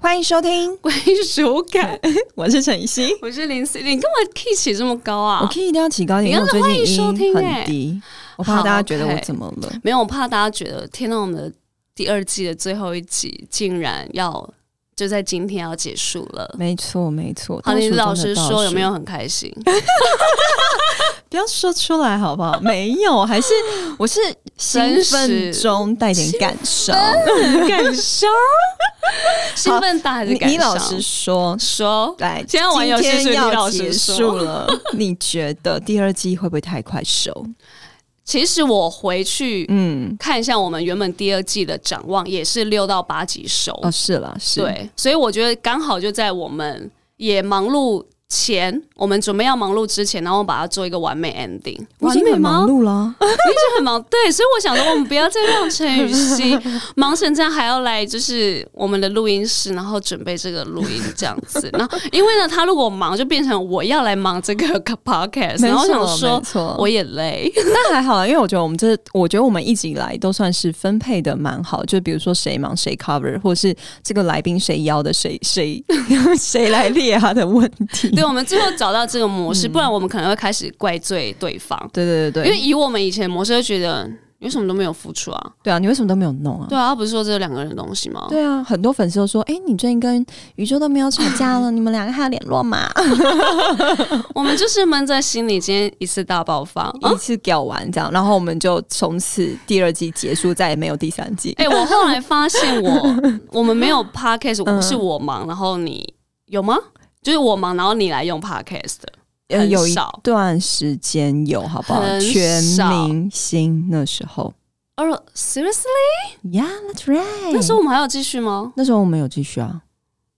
欢迎收听，归属感。我是陈曦。 我是林思，你跟我 key 起这么高我啊？可以一定要提高一点，因为我你要是欢最迎近收听音很欸低，我怕大家觉得好我，OK 怎么了。没有，我怕大家觉得听到我们的第二季的最后一集，竟然要就在今天要结束了。没错，没错。好，倒数你中的老实倒数说，有没有很开心？不要说出来好不 好？没有，还是我是兴真奋实中带点感伤。感伤，兴奋大还是你感你伤？老实说，说，来，现在玩游戏今是天你要老结束实说了，你觉得第二季会不会太快 收？其实我回去嗯，看一下我们原本第二季的展望，也是六到八集收。哦，是了，是，对，所以我觉得刚好就在我们也忙碌前，我们准备要忙碌之前，然后把它做一个完美 ending。我完已经美很忙吗？碌了。就很忙，对，所以我想说，我们不要再 让陈雨欣忙成这样，还要来就是我们的录音室，然后准备这个录音这样子。然后，因为呢，他如果忙，就变成我要来忙这个 podcast，没 然后我错，想没说。错我也累，但还好啦，因为我觉得我们这，我觉得我们一直以来都算是分配的蛮好，就比如说谁忙谁 cover，或是这个来宾谁邀的谁谁 谁来列他的问题。对我们最后找到这个模式，不然我们可能会开始怪罪对方， 对对嗯对因为对，以我们以前的模式，就觉得你为什么都没有付出啊？对啊，你为什么都没有弄啊？对啊，他不是说这有两个人的东西吗？对啊，很多粉丝都说：“哎、你最近跟宇宙都没有吵架 了，你们两个还有联络吗我们就是闷在心里，今天一次大爆发。？” 一次屌完这样，然后我们就从此第二季结束，再也没有第三季。 哎、我后来发现我 我们没有 podcast，嗯我是我忙，然后你有吗？就是我忙，然后你来用 podcast 的，呃，很有一少段时间有，好不好？很全少明星那时候呃，seriously， ，Yeah，that's right。那时候我们还要继续吗？那时候我们有继续啊，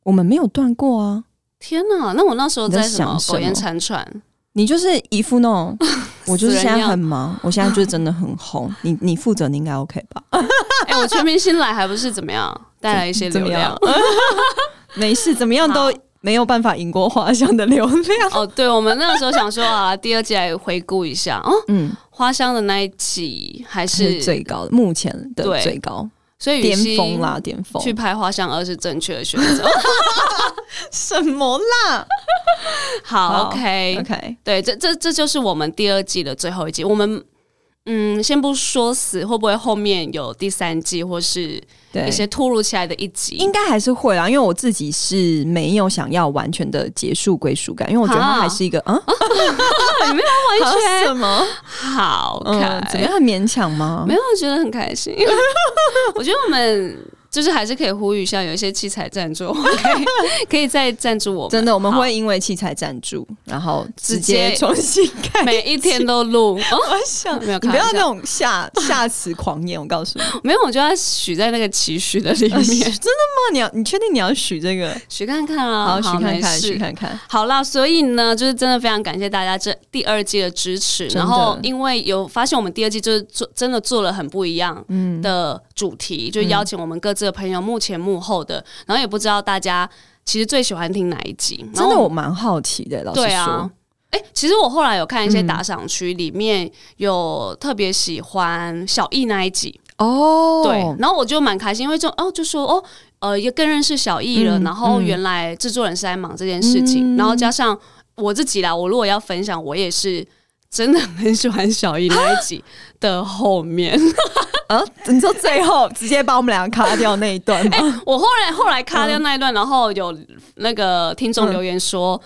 我们没有断过啊。天哪，那我那时候你在什么想什么苟延残喘？ 你就是一副那 种，我就是现死人在样很忙，我现在就是真的很红。你你负责，你应该 OK 吧？哎、我全明星来还不是怎 么样，带来一些怎流么量样？？ 没事，怎么样都好没有办法赢过花香的流量。 哦，对，我们那个时候想说啊，第二季来回顾一下哦，嗯，花香的那一集还是是最高的，目前的对最高所以巅与其峰啦，巅峰。去拍花香二是正确的选择。哦什么啦好好，OK，, ？OK，对，这这这就是我们第二季的最后一集。我们嗯，先不说死会不会后面有第三季，或是对一，些突如其来的一集应。该还是会啦，因为我自己是没有想要完全的结束归属感，因为我觉得它啊还是一个啊，你没有完啊全什么？好嗯，怎么看，样？很勉强吗？没有我觉得很开 心。我觉得我们就是还是可以呼吁一下，有一些器材赞助，可以 可以再赞助我们。真的，我们会因为器材赞助，然后直接直接重新开。每一天都录。哦，我想，没有你不要开玩笑那种下 下词狂言，我告诉你，没有，我就要许在那个期许的里真的面，吗？你要你确定你要许这个？许看看啊，好，许看没看，事许看看，好啦，所以呢，就是真的非常感谢大家这第二季的支持。真的然后，因为有发现我们第二季就是做真的做了很不一样嗯的主题，就邀请我们各自的朋友幕前幕后的，然后也不知道大家其实最喜欢听哪一集。然真后的，我蛮好奇的，老实对啊说，。嗯哎、其实我后来有看一些打赏区，里面有特别喜欢小易那一集，哦，对，然后我就蛮开心，因为就哦就说哦，呃，也更认识小易了，嗯然后嗯原来制作人是在忙这件事情，嗯然后加上我自己啦，我如果要分享，我也是真的很喜欢小易那一 集的后面， 啊，你说最后直接把我们两个卡掉那一段 吗？我后来后来卡掉那一段，然后有那个听众留言说。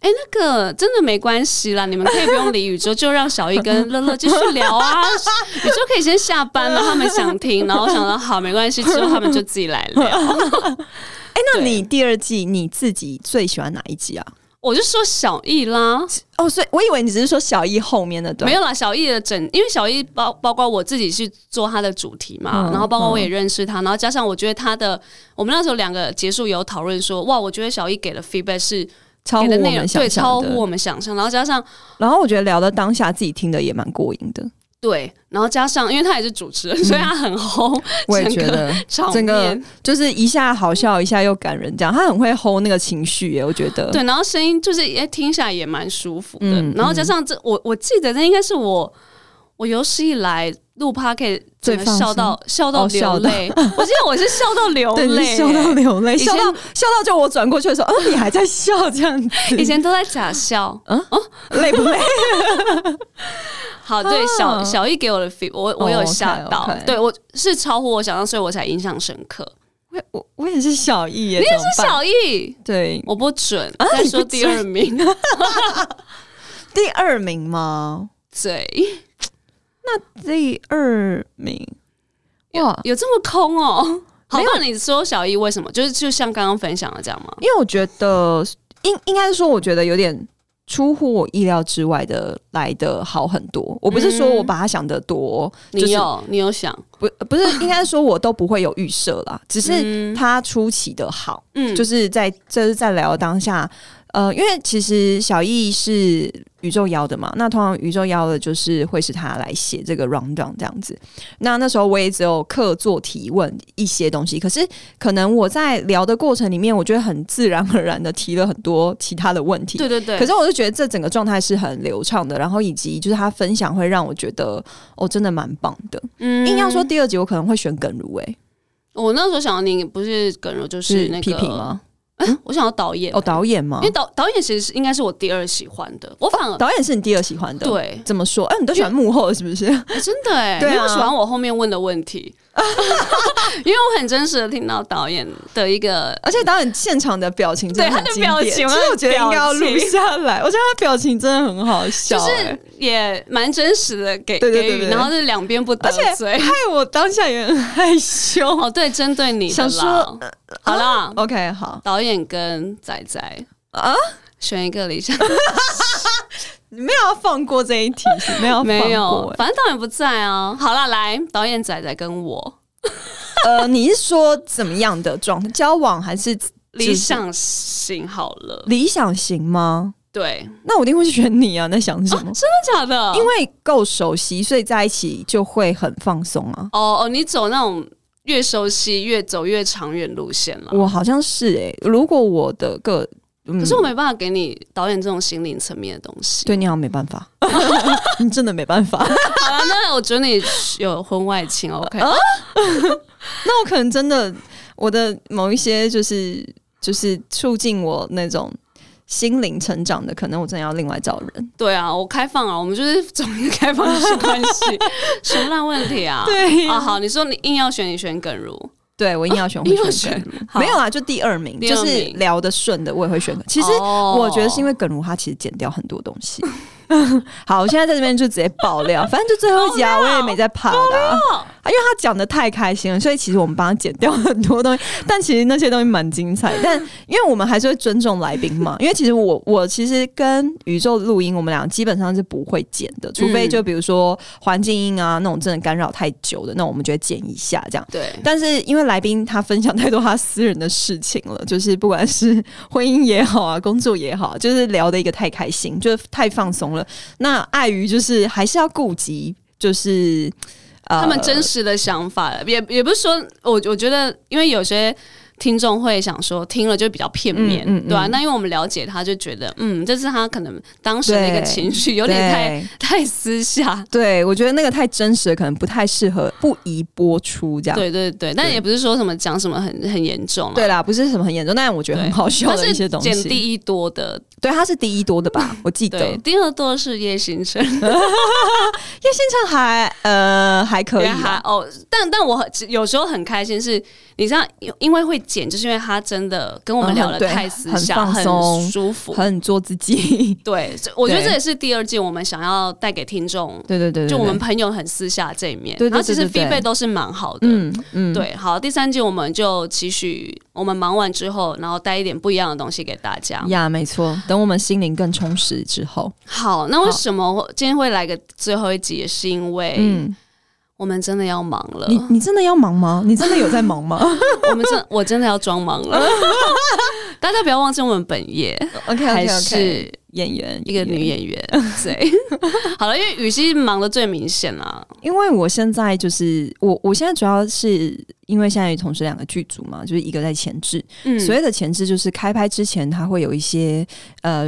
哎、那个真的没关系啦，你们可以不用理宇宙，就让小易跟乐乐继续聊 啊。宇宙可以先下班了，他们想听，然后我想到好没关系，之后他们就自己来聊。哎，那对你第二季你自己最喜欢哪一集啊？我就说小易啦，哦，所以我以为你只是说小一后面那段，没有啦，小易的整，因为小易包包括我自己去做他的主题嘛，嗯然后包括我也认识他，然后加上我觉得他的，我们那时候两个结束有讨论说，哇，我觉得小易给的 feedback 是超给乎的我内容们想对超象乎的。我们想象，然后加上然后我觉得聊到当下自己听的也蛮过瘾的，对，然后加上因为他也是主持人，所以他很红，我也 整觉个得。场整个面就是一下好笑，一下又感人，这样他很会 hold 那个情绪耶，我觉得。对，然后声音就是也听起来也蛮舒服的，嗯然后加上这我我记得这应该是我我有史以来录 p o c a s t 最放松笑到笑到哦流笑到 泪，我记得我是笑到流对，你泪、是笑到流泪，以前笑到笑到就我转过去的时候，啊，你还在笑这样子，以前都在假笑。 嗯累不累？好，对，小啊哦小易给我的 feel，我我有吓到， OK，OK 对我是超乎我想象，所以我才印象深刻。我我我也是小易耶，你也是小易，对我不准，啊再说第二名， 第二名吗？对，第二名，哇！有这么空哦。好，没有那你说小易为什么？就是就像刚刚分享的这样吗？因为我觉得应应该说，我觉得有点出乎我意料之外的来的好很多。我不是说我把它想得多，就你是有你有想，不不是应该说我都不会有预设啦，只是嗯它出奇的好，嗯就是在这是在聊当下。呃，因为其实小易是宇宙邀的嘛，那通常宇宙邀的就是会是他来写这个 round down 这样子。那那时候我也只有客座提问一些东西，可是可能我在聊的过程里面，我觉得很自然而然的提了很多其他的问题。对对对，可是我就觉得这整个状态是很流畅的，然后以及就是他分享会让我觉得哦，真的蛮棒的。嗯硬要说第二集，我可能会选耿如欸诶，我那时候想到你不是耿柔，就是那批评个，吗？我想要导演哦，，导演吗因？为导导演其实是应该是我第二喜欢的，我反而哦导演是你第二喜欢的，，对，怎么说？哎、你都喜欢幕后是 不是？哎真的哎，对啊没有喜欢我后面问的 问题，因为我很真实的听到导演的一个，而且导演现场的表情真对很他的经典表情其实我觉得应该要他的表录情下来。我觉得他的表情真的很好笑、就哎是也蛮真实的给对对对给予，对然后是两边不得而且罪。害我当下也很害 羞。哦，对，针对你的想啦说，好啦， OK，好，导演跟仔仔啊，选一个理想，你没有要放过这一题，是没有要放过 没有哎，反正导演不在啊。好啦，来，导演仔仔跟我呃，你是说怎么样的状态？交往还是理想型好了，理想型吗？对，真那我一定会选你啊！在想什么？的假的？因为够熟悉，所以在一起就会很放松啊。哦哦，你走那种越熟悉越走越长远路线了。我好像是诶、如果我的个，嗯可是我没办法给你导演这种心灵层面的东西。对你好像没办法， 你真的没办法。好了，那我觉得你有婚外情，OK？ 啊哦那我可能真的，我的某一些就是就是促进我那种心灵成长的，可能我真的要另外找人。对啊，我开放啊，我们就是走一个开放式关 系，什么烂问题啊？对呀啊，好，你说你硬要选，你选耿如，对我一定要选硬要会选选耿如，好哦没有啦，就第二名，第二就名是聊得顺的，我也会选。其实哦我觉得是因为耿如她其实剪掉很多东西。 好，我现在在这边就直接爆 料，反正就最后一集啊，我也没在怕的、啊，啊因为他讲的太开心了，所以其实我们帮他剪掉很多东西， 但其实那些东西蛮精彩，但因为我们还是会尊重来宾嘛，因为其实我我其实跟宇宙录音，我们俩基本上是不会剪的，除非嗯就比如说环境音啊那种真的干扰太久的，那我们就会剪一下这样。对，但是因为来宾他分享太多他私人的事情了， 就是不管是婚姻也好啊，工作也好，就是聊的一个太开心，就是太放松了。那碍于就是还是要顾及，就是呃他们真实的想法，也也不是说我我觉得，因为有些听众会想说听了就比较片面，嗯嗯嗯对啊，那因为我们了解他，就觉得嗯，这是他可能当时的一个对情绪，有点太太私下。对对，我觉得那个太真实了，可能不太适合不宜播出这样。对对对，但也不是说什么讲什么很很严重、啊，对啦，不是什么很严重，但我觉得对，很好笑他的一是些东捡西。第一多的，对，他是第一多的 吧？我记得对，第二多是叶先生，这样还呃还可以因为他啦，哦，但但我很有时候很开心是，你知道，因因为会剪，就是因为他真的跟我嗯们聊的对太私很下，放很松舒服，很做自己。 对，所以我觉得对这也是第二季我们想要带给听众，对对对对，就我对们朋友很私下这一面，对对对然后其实对对 feedback 都是蛮好的。嗯嗯，对，好，第三季我们就期许我们忙完之后，然后带一点不一样的东西给大家。呀，没错。等我们心灵更充实之后，好，那为什么今天会来个最后一集？也是因为嗯，我们真的要忙了，你你真的要忙吗？你真的有在忙吗 我们真我真的要装忙 了。大家不要忘记我们本业？OK，还是演员一个女，演员。对，好了，因为雨熙忙的最明显啦。因为我现在就是我，我现在主要是因为现在同时两个剧组嘛，就是一个在前置，嗯所谓的前置就是开拍之前，它会有一些呃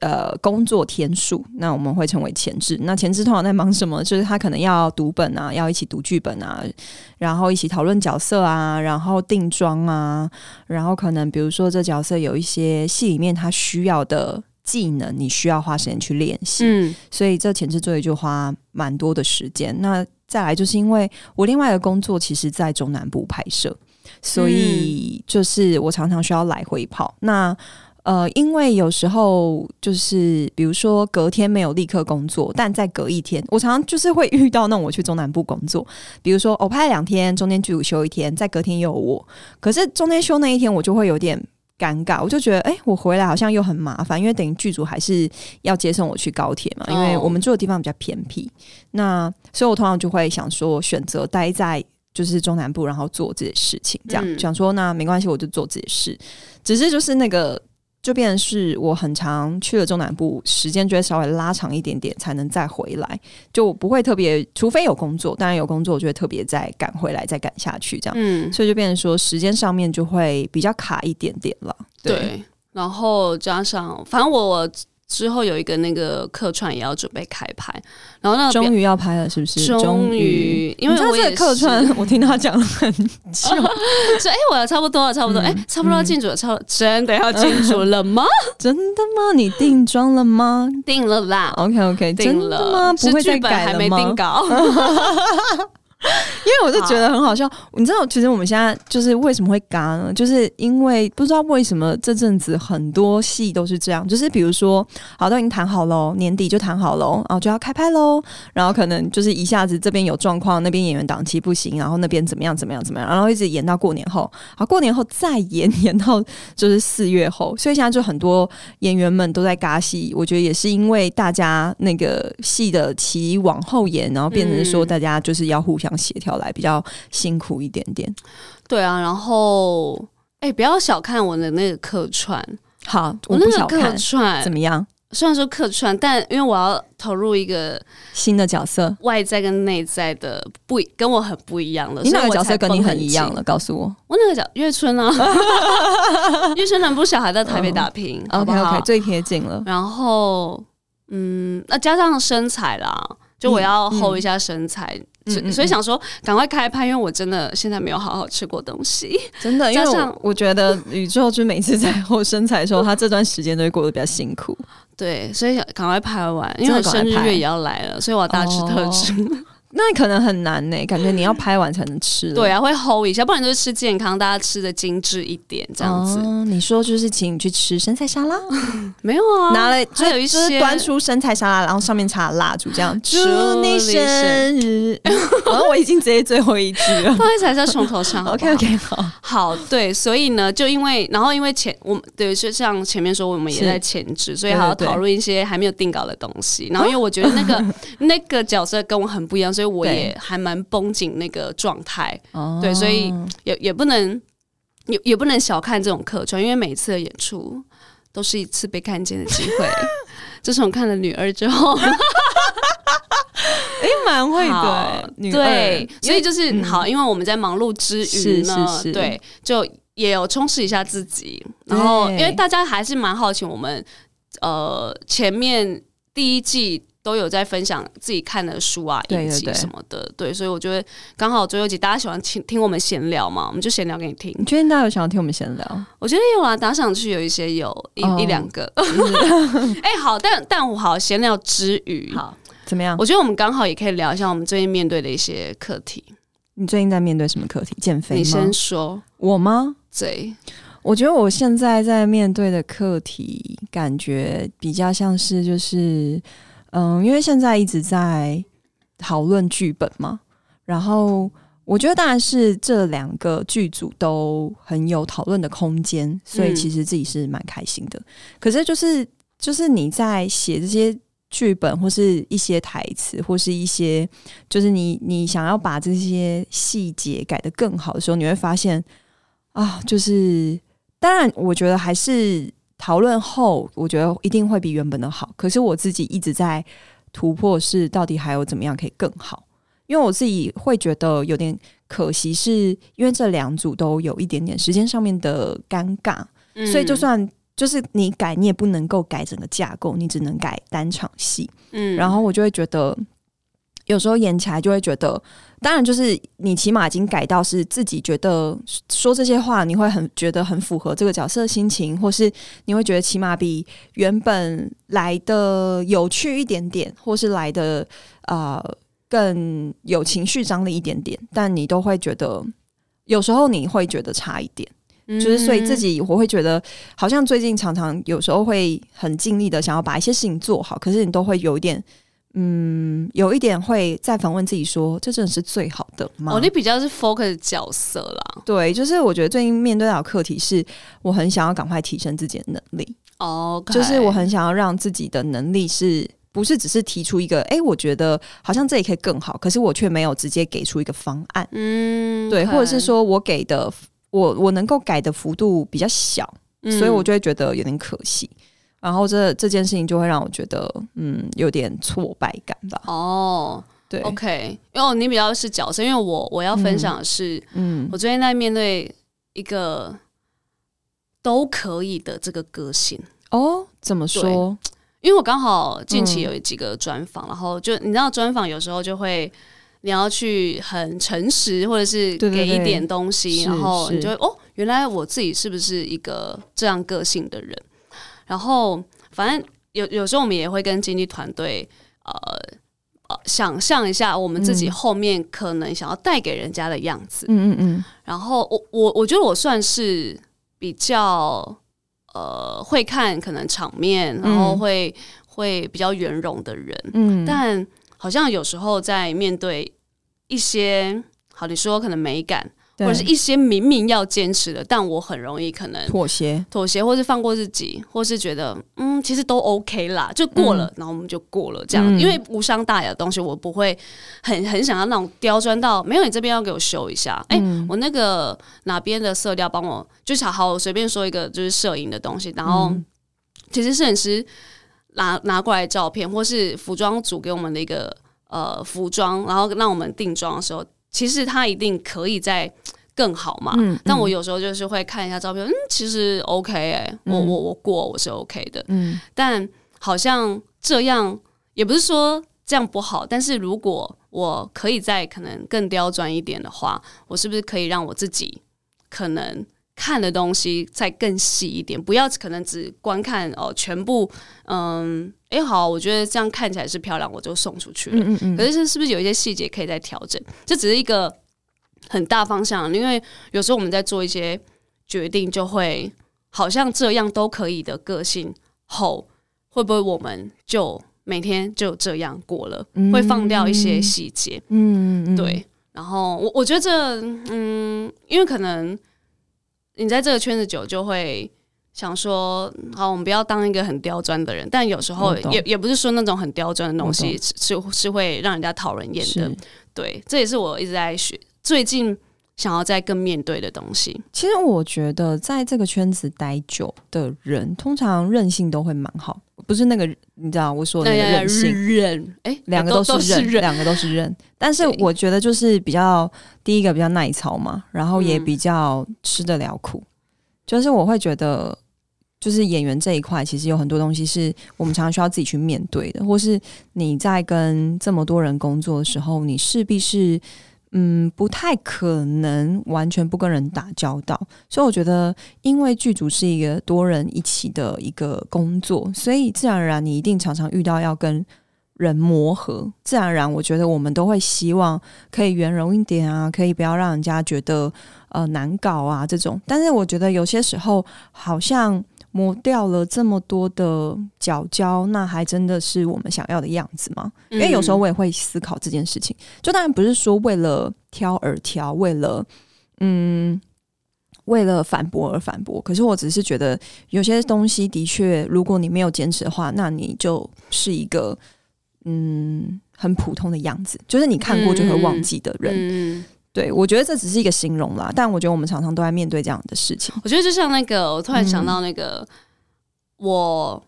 呃工作天数，那我们会成为前置。那前置通常在忙什么？就是他可能要读本啊，要一起读剧本啊，然后一起讨论角色啊，然后定妆啊，然后可能比如说这角色有一些戏里面他需要的技能，你需要花时间去练习。嗯，所以这前置作业就花蛮多的时间。那再来就是因为我另外的工作其实在中南部拍摄，所以就是我常常需要来回跑。那呃，因为有时候就是比如说隔天没有立刻工作，但再隔一天，我常常就是会遇到那种我去中南部工作，比如说我、哦拍了两天，中间剧组休一天，再隔天又有我，可是中间休那一天我就会有点。尴尬，我就觉得，哎、我回来好像又很麻烦，因为等于剧组还是要接送我去高铁嘛，因为哦我们住的地方比较偏僻，那所以我通常就会想说，选择待在就是中南部，然后做自己的事情，这样、嗯想说那没关系，我就做自己的事，只是就是那个。就变成是我很常去了中南部，时间就会稍微拉长一点点，才能再回来。就我不会特别，除非有工作，当然有工作，我就会特别再赶回来，再赶下去这样。嗯，所以就变成说，时间上面就会比较卡一点点了。对，然后加上，反正我之后有一个那个客串也要准备开拍，然后那个表终于要拍了，是不是？终于，因为你知道我这也个客是 串，我听他讲了很久。说，哎、我差不多了，差不嗯多，哎、差不多要进组了，差不多真的要进 组了吗？真的吗？你定妆了吗定了啦， ？OK OK，真哦定的了吗？是不会再剧本改还了没吗定？稿，因为我就觉得很好笑。你知道，其实我们现在就是为什么会嘎呢？就是因为不知道为什么这阵子很多戏都是这样，就是比如说，好都已经谈好喽，年底就谈好喽，然后就要开拍喽，然后可能就是一下子这边有状况，那边演员档期不行，然后那边怎么样怎么样怎么样，然后一直演到过年后，然后过年后再 演演到就是四月后，所以现在就很多演员们都在嘎戏，我觉得也是因为大家那个戏的期往后延，然后变成说嗯大家就是要互相协调来比较辛苦一点点。对啊，然后，哎、不要小看我的那个客串，好，我那不个想客看串怎么样虽然说客串，但因为我要投入一个新的角色，外在跟内在的不一跟我很不一样的，你呃所哪以个我角才色跟你绷很一样紧了？告诉我。我那个角月春啊， 月春南部小孩在台北打拼，好不 OK 好 OK，最贴近 了。然后，嗯，那加上身材啦，就我要嗯 hold 一下身材，嗯所嗯所以嗯想说赶快开拍，因为我真的现在没有好好吃过东西。 真的，因为加我上我觉得宇宙就每次在后身材的时候，他这段时间都会过得比较辛苦。对，所以想赶快拍完，因真为的赶我快生日拍哦月也要来了，所以我要大吃特吃。那可能很难呢、感觉你要拍完才能吃。 对，啊，会 hold 一下，不然就是吃健康，大家吃的精致一点这样子。哦你说就是请你去吃生菜沙拉，没有啊，拿了还有一就是些端出生菜沙拉，然后上面插蜡烛，这 样祝祝你你生生日。然后我已经直接最后一句 了。放在彩色从 头上好不好 OK OK，好，好，对，所以呢，就因为，然后因为前我们对，就像前面说，我们也是在前置，所以对还要对对讨论一些还没有定稿的东西。然后因为我觉得 那个那个角色跟我很不一样，所以我对也还蛮绷紧那个状态，哦对所以也也不能也也不能小看这种客串，因为每一次的演出都是一次被看见的机 会。自从看了女二之后，哎，蛮会好的，女对，所以就是、嗯好，因为我们在忙碌之余呢，是是是对，就也有充实一下自己。然后，对因为大家还是蛮好奇我们呃前面第一季。都有在分享自己看的书啊、对影集对对什么的，对，所以我觉得刚好最后一集大家喜欢听听我们闲聊嘛，我们就闲聊给你听。你确定大家有想要听我们闲聊？我觉得有啊，打赏区有一些有一、哦一两 个， 哎、好，但但我好闲聊之余，好，怎么样？我觉得我们刚好也可以聊一下我们最近面对的一些课题。你最近在面对什么课题？减肥你吗先？说我吗？贼我觉得我现在在面对的课题，感觉比较像是就是，嗯，因为现在一直在讨论剧本嘛，然后我觉得当然是这两个剧组都很有讨论的空间，所以嗯其实自己是蛮开心的。可是就是就是你在写这些。剧本或是一些台词，或是一些就是你你想要把这些细节改得更好的时候，你会发现啊，就是当然，我觉得还是讨论后，我觉得一定会比原本的好。可是我自己一直在突破，是到底还有怎么样可以更好？因为我自己会觉得有点可惜嗯是，因为这两组都有一点点时间上面的尴尬，所以就算就是你改，你也不能够改整个架构，你只能改单场戏。嗯，然后我就会觉得，有时候演起来就会觉得，当然就是你起码已经改到是自己觉得说这些话，你会很觉得很符合这个角色的心情，或是你会觉得起码比原本来的有趣一点点，或是来的呃更有情绪张力一点点，但你都会觉得。有时候你会觉得差一点，就就是所以嗯自己我会觉得，好像最近常常有时候会很尽力的想要把一些事情做好，可是你都会有一点，嗯，有一点会再反问自己说，这真的是最好的吗？哦，你比较是 focus 角色啦。对，就是我觉得最近面对到的课题是，我很想要赶快提升自己的能力，哦，就是我很想要让自己的能力是。不是只是提出一个，哎、我觉得好像这里可以更好，可是我却没有直接给出一个方案。嗯，对， OK 或者是，说我给的我我能够改的幅度比较小，嗯所以我就会觉得有点可惜。然后这这件事情就会让我觉得，嗯，有点挫败感吧。哦对， ，OK，因为哦你比较是角色，因为我我要分享的是，嗯我最近在面对一个都可以的这个个性。哦，怎么说？因为我刚好近期嗯有几个专访，然后就你知道专访有时候就会你要去很诚实，或者是对对给一对点东是西，然后你是就会哦，原来我自己是不是一个这样个性的人？然后反正有有时候我们也会跟经纪团队呃。呃，想象一下我们自己嗯后面可能想要带给人家的样子，嗯嗯嗯，然后我我我觉得我算是比较呃会看可能场面，然后嗯会、会比较圆融的人，嗯，但好像有时候在面对一些好你说可能美感或对者是一些明明要坚持的，但我很容易可能妥协，妥协，或是放过自己，或是觉得嗯，其实都 OK 啦，就过了，然后我们就过了这样。嗯因为无伤大雅的东西，我不会很很想要那种刁钻到没有你这边要给我修一下。哎、嗯我那个哪边的色调帮我，就是好，我随便说一个就是摄影的东西，然后、嗯其实摄影师拿拿过来的照片，或是服装组给我们的一个呃服装，然后让我们定妆的时候，其实他一定可以再更好嘛。嗯啊但我有时候就是会看一下照片，嗯，其实 OK 哎、我嗯我我过我是 OK 的，嗯但好像这样也不是说这样不好，但是如果我可以再可能更刁钻一点的话，我是不是可以让我自己可能看的东西再更细一点，不要可能只观看哦、全部，嗯，诶，好，我觉得这样看起来是漂亮，我就送出去了。嗯嗯嗯，可是是是不是有一些细节可以再调整？这只是一个很大方向，因为有时候我们在做一些决定，就会好像这样都可以的个性后，会不会我们就每天就这样过了？嗯会放掉一些细节，嗯，嗯嗯，对。然后我我觉得这，嗯，因为可能你在这个圈子久，就会想说，好，我们不要当一个很刁钻的人。但有时候我懂也也不是说那种很刁钻的东西我是是是会让人家讨人厌的是。。对，这也是我一直在学，最近想要再更面对的东西。其实我觉得，在这个圈子待久的人，通常韧性都会蛮好，不是那个你知道我说的那个韧性，忍，哎，两个是都是忍，忍，两个都是忍。但是对我觉得就是比较第一个比较耐操嘛，然后也嗯比较吃得了苦。就是我会觉得，就是演员这一块，其实有很多东西是我们常常需要自己去面对的，或是你在跟这么多人工作的时候，你势必是。嗯，不太可能完全不跟人打交道，所以我觉得，因为剧组是一个多人一起的一个工作，所以自然而然你一定常常遇到要跟人磨合，自然而然，我觉得我们都会希望可以圆融一点啊，可以不要让人家觉得呃难搞啊这种。但是我觉得有些时候好像磨掉了这么多的角胶，那还真的是我们想要的样子吗？因为有嗯时候我也会思考这件事情，就当然不是说为了挑而挑，为了嗯。为了反驳而反驳，可是我只是觉得有些东西的确，如果你没有坚持的话，那你就是一个嗯很普通的样子，就是你看过就会忘记的人。嗯，对我觉得这只是一个形容啦，但我觉得我们常常都在面对这样的事情。我觉得就像那个，我突然嗯想到那个，我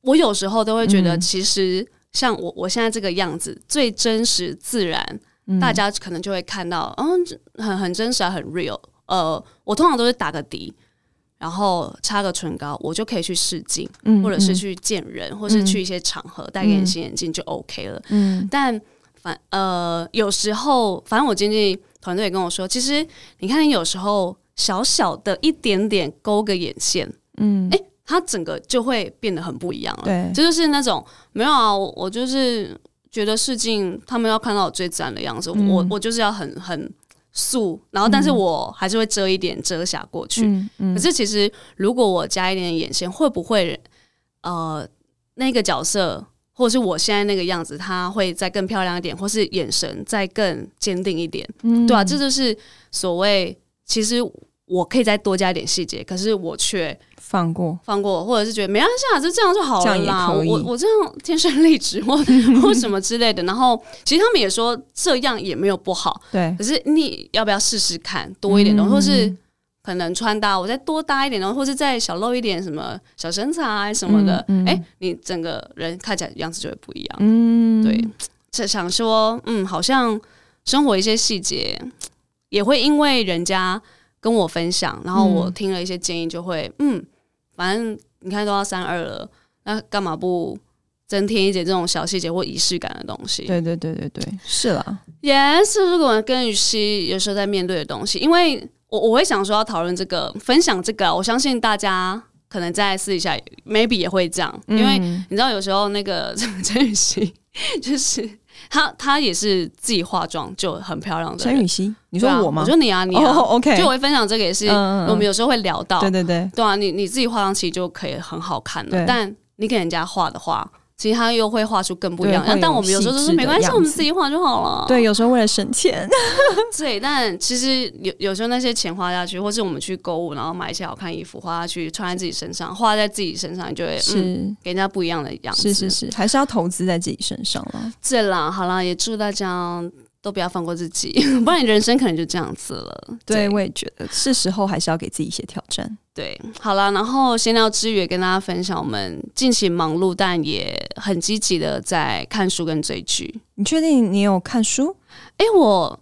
我有时候都会觉得，嗯其实像我我现在这个样子，最真实自然，嗯哦大家可能哦就会看到，嗯，这很很真实啊，很 real。呃，我通常都是打个底，然后擦个唇膏，我就可以去试镜，嗯或者是去见人，或是去一些场合戴个隐形眼镜就 OK 了。嗯但反呃，有时候反正我经纪团队也跟我说，其实你看，有时候小小的一点点勾个眼线，嗯，哎、它整个就会变得很不一样了。对嗯这就是那种没有啊，我我就是觉得试镜他们要看到我最自然的样子，嗯我我就是要很很素，然后但是我还是会遮一点遮瑕过去。嗯嗯可是其实如果我加一点眼线，会不会呃那个角色或者是我现在那个样子，他会再更漂亮一点，或是眼神再更坚定一点？嗯对啊，这就是所谓其实我可以再多加一点细节，可是我却放过，放过，或者是觉得没关系啊，就这样就好这了样也啦。可以我我这样天生丽质或 或什么之类的。然后其实他们也说这样也没有不好，对可是你要不要试试看多一点东西，嗯或是可能穿搭我再多搭一点东西，或是再小露一点什么小身材啊什么的。哎、嗯嗯你整个人看起来样子就会不一样。嗯对，这想说，嗯，好像生活一些细节也会因为人家跟我分享，然后我嗯听了一些建议，就会，嗯，反正你看都要三二了，那干嘛不增添一点这种小细节或仪式感的东西？对对对对对，是啦， Yes，这是我跟雨熙有时候在面对的东西，因为我我会想说要讨论这个，分享这个啊，我相信大家可能在私底下也 maybe 也会这样，因为嗯你知道有时候那个陈雨熙就是她她也是自己化妆就很漂亮的人陈雨希，你说对啊我吗？我说你啊你啊哦，OK，就我会分享这个也是，嗯嗯嗯我们有时候会聊到，对对对，对啊，你你自己化妆其实就可以很好看了对，但你给人家画的话，其实他又会画出更不一样对会。有但我们有时候就细是致的没关系，样子我们自己画就好了。对，有时候为了省钱，对，但其实有有时候那些钱花下去，或是我们去购物，然后买一些好看衣服花下去，穿在自己身上，花在自己身上，你就会嗯，是给人家不一样的样子。是是是，还是要投资在自己身上了。对啦，好啦，也祝大家都不要放过自己， 不然你人生可能就这样子了。对，我也觉得是时候还是要给自己一些挑战。对，好啦，然后闲聊之余也跟大家分享，我们近期忙碌但也很积极的在看书跟追剧。你确定你有看书？哎、我，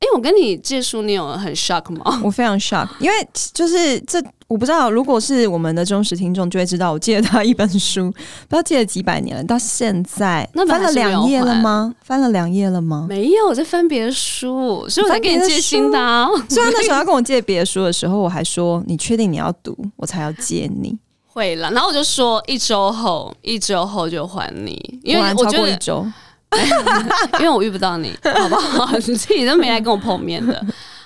哎、我跟你借书，你有很 shock 吗？我非常 shock，因为就是这我不知道，如果是我们的忠实听众就会知道，我借了他一本书，不知道借了几百年了，到现在那本翻还了是没有两页了吗？翻了两页了吗？没有，我在翻别的书，所以我在翻跟别你的借新的、啊。虽然那时候他跟我借别的书的时候，我还说你确定你要读，我才要借你。会啦，然后我就说一周后，一周后就还你，因果为然我超觉过得一，周， 因为我遇不到你，好不 好？你自己都没来跟我碰面的。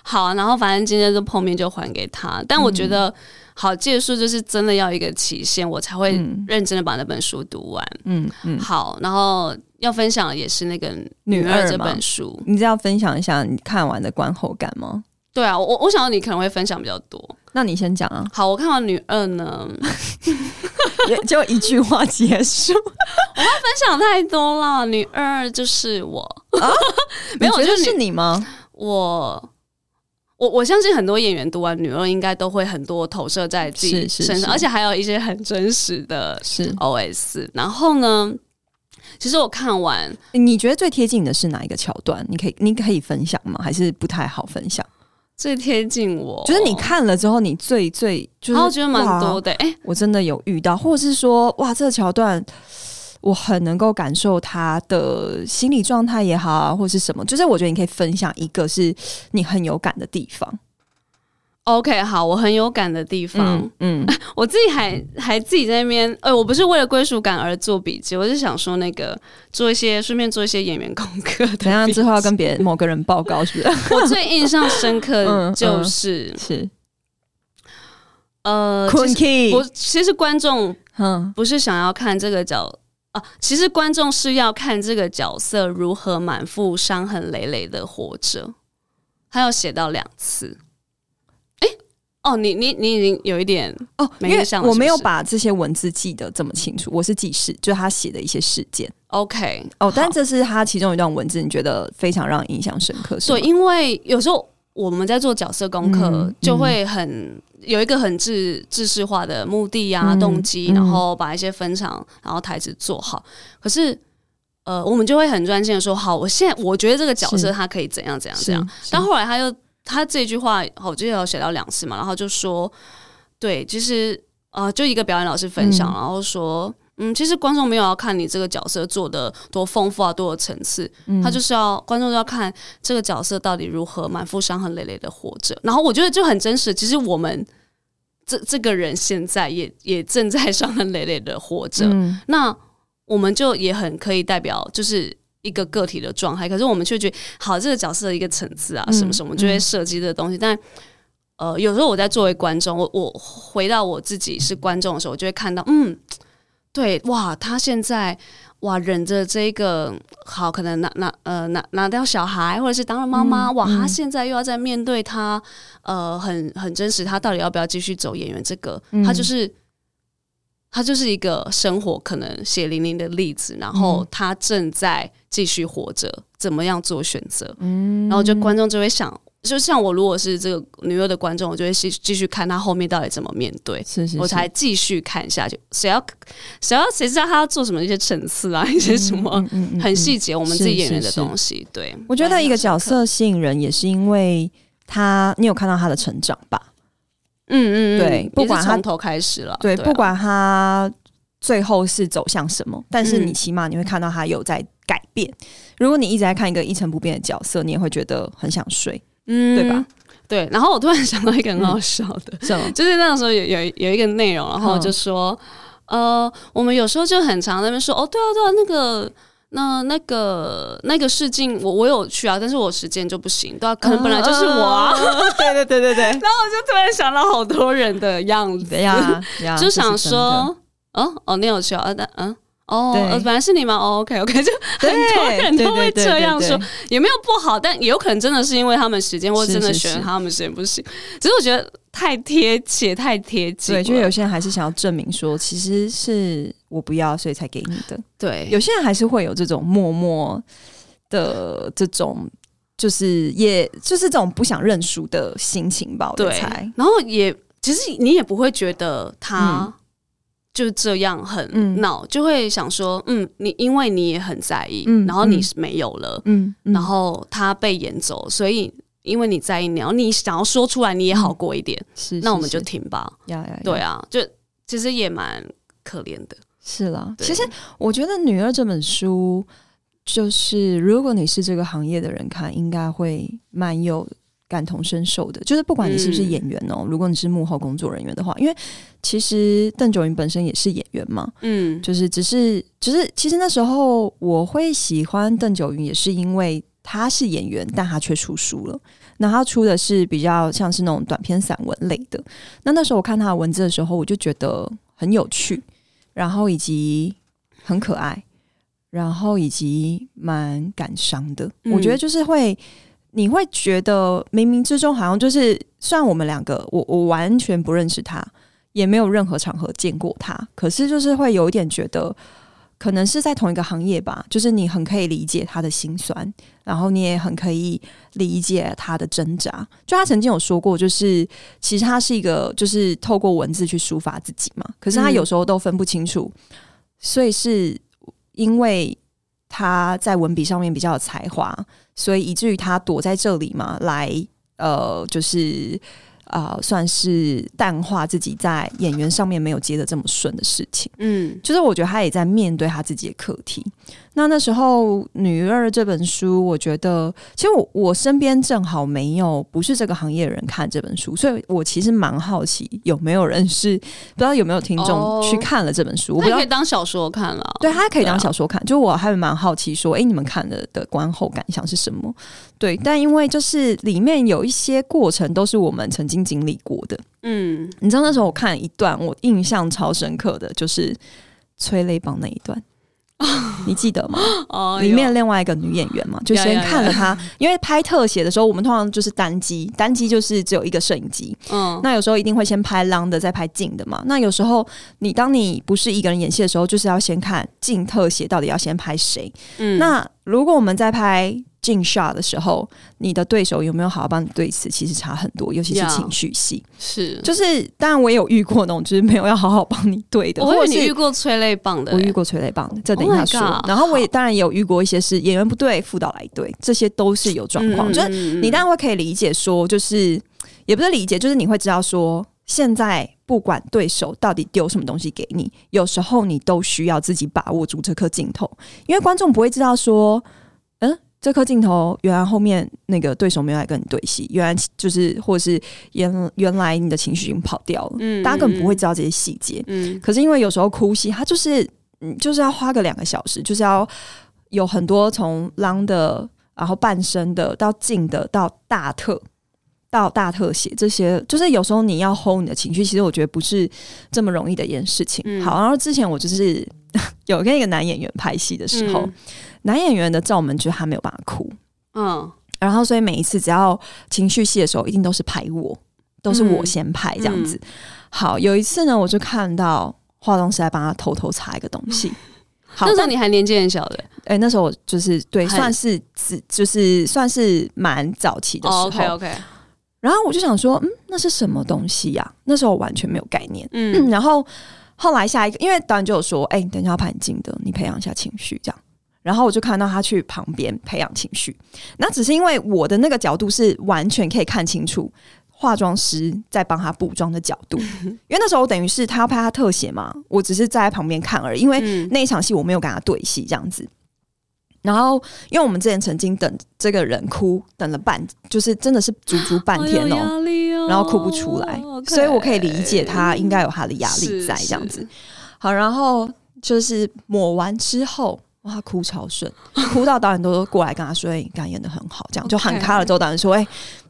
好，然后反正今天就碰面就还给他，但我觉嗯得、好借书就是真的要一个期限，我才会嗯认真的把那本书读完。嗯嗯，好，然后要分享的也是那个《女女二》二这吗本书。你知道分享一下你看完的观后感吗？对啊，我我想到你可能会分享比较多。，那你先讲啊好，我看完《女二》呢， 也就一句话结 束。分享太多了，《女二》就是我，没有你觉就得是是你吗？我我我相信很多演员读完《女二》应该都会很多投射在自己是是身上，是而且还有一些很真实的是， OS。然后呢，其实我看完，你觉得最贴近的是哪一个桥段？你可以，你可以分享吗？还是不太好分享？最贴近我，就是你，看了之后，你最最就是，然后我觉得蛮哇多的。哎、我真的有遇到，或者是说，哇，这个桥段我很能够感受他的心理状态也好啊，或是什么，就是我觉得你可以分享一个是你很有感的地方。 OK，好，我很有感的地方。嗯嗯，我自己还还自己在那边，呃、我不是为了归属感而做笔记，我是想说那个做一些顺便做一些演员功课的笔记。怎样之后要跟别人某个人报告，是不是？我最印象深刻嗯 的嗯就是、 是呃，其 Kun 实 Key，我其实观众嗯不是想要看这个角啊，其实观众是要看这个角色如何满腹伤痕累累的活着。他有写到两次，哎、哦，你你你已经有一点哦，因没为印象了我没有是不是把这些文字记得这么清楚，我是记事，就是他写的一些事件。 OK 哦，但好这是他其中一段文字，你觉得非常让你印象深刻，是所吗以，？因为有时候我们在做角色功课嗯，就会很、有一个很制制式化的目的啊、嗯动机，嗯然后把一些分场，然后台词做好。可是，呃，我们就会很专心的说，好，我现在我觉得这个角色是他可以怎样怎样是怎样。是但后来他又他这句话，好我记得有写到两次嘛，然后就说。对，就是呃，就一个表演老师分享，嗯然后说，嗯，其实观众没有要看你这个角色做的多丰富啊，多有层次，嗯他就是要观众就要看这个角色到底如何满腹伤痕累累的活着。然后我觉得就很真实，其实我们这这个人现在也也正在伤痕累累的活着，嗯那我们就也很可以代表就是一个个体的状态，可是我们却觉得好这个角色的一个层次啊，嗯什么什么，就会嗯设计这个东西。但呃，有时候我在作为观众，我我回到我自己是观众的时候，我就会看到，嗯，对，哇，他现在哇忍着这个好，可能拿拿呃拿拿掉小孩，或者是当了妈妈，嗯哇，嗯他现在又要在面对他呃很很真实，他到底要不要继续走演员这个，嗯他就是他就是一个生活可能血淋淋的例子，然后嗯他正在继续活着，怎么样做选择？嗯然后就观众就会想，就像我如果是这个女优的观众，我就会继继续看她后面到底怎么面对。是是是，我才继续看下去，谁要谁要谁知道他要做什么一些层次啊，一些什么嗯嗯嗯嗯很细节，我们自己演员的是是东西。对，我觉得一个角，色吸引人，也是因为他，你有看到他的成长吧？嗯嗯嗯，对也是不管他从头开始了，对，啊不管他最后是走向什么，但是嗯你起码你会看到他有在改变。如果你一直在看一个一成不变的角色，你也会觉得很想睡，嗯对吧？对，然后我突然想到一个很好笑的，是吗？就是那时候有有有一个内容，然嗯后就说，呃，我们有时候就很常在那边说，哦，对啊，对啊，那个。那那个那个试镜，我我有去啊，但是我时间就不行，对啊，可能本来就是我啊，嗯。嗯嗯对对对对 对然后我就 突然想到好多人的样 子对呀，呀 就想，啊这是说，哦哦，你有去啊？啊但嗯，哦，对呃本来是你吗？哦，OK OK，就 真的很多对人都对会对对这样对说也没有不好，但也有可能真的是因为他们时间，或者是真的是选是他们时间不行。只是我觉得太贴切，太贴近了，对，就有些人还是想要证明说，其实是我不要，所以才给你的。对有些人还是会有这种默默的这种，就是也就是这种不想认输的心情吧。我对猜，，然后也其实你也不会觉得他就这样很嗯闹，就会想说，嗯，你因为你也很在意，嗯然后你嗯是没有了，嗯，嗯然后他被演走，所以因为你在意，然后你想要说出来，你也好过一点，是，嗯是那我们就是停吧。呀呀，呀对啊，就其实也蛮可怜的。是啦。对其实我觉得《女儿》这本书，就是如果你是这个行业的人看，应该会蛮有。感同身受的，就是不管你是不是嗯演员哦、如果你是幕后工作人员的话，因为其实邓九云本身也是演员嘛，嗯，就是只是只是，其实那时候我会喜欢邓九云，也是因为他是演员，但他却出书了。那他出的是比较像是那种短篇散文类的。那那时候我看他的文字的时候，我就觉得很有趣，然后以及很可爱，然后以及蛮感伤的。嗯我觉得就是会。你会觉得冥冥之中好像就是，虽然我们两个，我我完全不认识他，也没有任何场合见过他，可是就是会有一点觉得，可能是在同一个行业吧，就是你很可以理解他的辛酸，然后你也很可以理解他的挣扎。就他曾经有说过，就是其实他是一个就是透过文字去抒发自己嘛，可是他嗯有时候都分不清楚，所以是因为他在文笔上面比较有才华，所以以至于他躲在这里嘛，来呃，就是呃，算是淡化自己在演员上面没有接的这么顺的事情。嗯就是我觉得他也在面对他自己的课题。那那时候《女二》这本书，我觉得其实我我身边正好没有不是这个行业的人看这本书，所以我其实蛮好奇有没有人是不知道有没有听众哦去看了这本书。我不知那也道可以当小说看了。对，它可以当对啊小说看。就我还蛮好奇说，诶，你们看了的观后感想是什么？对，但因为就是里面有一些过程都是我们曾经经历过的。嗯，你知道那时候我看一段，我印象超深刻的就是催泪榜那一 段。你记得吗？哦，里面有另外一个女演员嘛，就呀先呀看了她，因为拍特写的时候，我们通常就是单机，单机就是只有一个摄影机，嗯，那有时候一定会先拍浪的，再拍近的嘛。那有时候你当你不是一个人演戏的时候，就是要先看近特写到底要先拍谁。嗯那如果我们在拍近 shot 的时候，你的对手有没有好好帮你对词，其实差很多，尤其是 Yeah 情绪戏。是，就是当然我也有遇过那种就是没有要好好帮你对的，哦我以或为者你遇是。过催泪棒的我嘞，遇过催泪棒的，这等一 Oh my 下说。 God，然后我也当然也有遇过一些是演员不对，副导来对，这些都嗯是有状况。就是是你当然会可以理解说，就是也不是理解，就是你会知道说现在不管对手到底丢什么东西给你，有时候你都需要自己把握住这颗镜头，因为观众不会知道说，嗯，这颗镜头原来后面那个对手没有来跟你对戏，原来就是或是原原来你的情绪已经跑掉了，嗯大家根本不会知道这些细节。嗯可是因为有时候哭戏，它就是嗯，就是要花个两个小时，就是要有很多从浪的，然后半身的到近的到大特。到大特写这些，就是有时候你要 hold 你的情绪，其实我觉得不是这么容易的一件事情。嗯好，然后之前我就是 有跟一个男演员拍戏的时候，嗯男演员的照门就是他没有办法哭，嗯然后所以每一次只要情绪戏的时候，一定都是拍嗯我，都是我先拍这样子。好，有一次呢，我就看到化妆师来帮他偷偷擦一个东西。好，嗯那时候但你还年纪很小的哎、那时候我就是对，很算是只就是算是蛮早期的时候。 ，OK OK，然后我就想说，嗯，那是什么东西呀、那时候我完全没有概念。嗯，然后后来下一个，因为导演就有说，哎、你等一下要拍很近的，你培养一下情绪这样。然后我就看到他去旁边培养情绪，那只是因为我的那个角度是完全可以看清楚化妆师在帮他补妆的角 度，因为那时候我等于是他要拍他特写嘛，我只是站在旁边看而已，因为嗯那一场戏我没有跟他对戏这样子。然后，因为我们之前曾经等这个人哭，等了半，就是真的是足足半天好有哦、压力哦，然后哭不出来 OK 所以我可以理解他应该有他的压力是在这样子。是好，然后就是抹完之后，哇，他哭超顺，哭到导演都过来跟他说：“哎、你刚刚演的很好。”这样就 OK 喊卡了之后，导演说：“哎、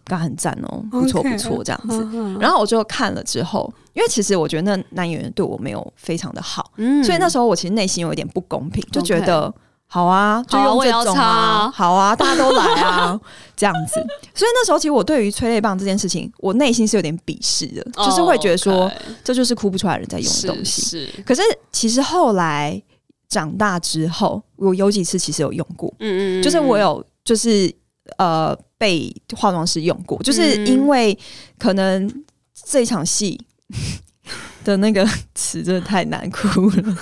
刚刚很赞哦，不错 OK 不错。”这样子。嗯然后我就看了之后，因为其实我觉得那男演员对我没有非常的好，嗯所以那时候我其实内心有一点不公平，就觉 OK 得。好啊，就好啊用我也这要种擦啊好啊，大家都来啊， 这样子。所以那时候其实我对于催泪棒这件事情，我内心是有点鄙视的，就是会觉得说哦，OK 这就是哭不出来人在用的是东西。是，可是其实后来长大之后，我有几次其实有用过，嗯嗯，就是我有就是呃被化妆师用过，就是因为可能这场戏的那个词真的太难哭了，嗯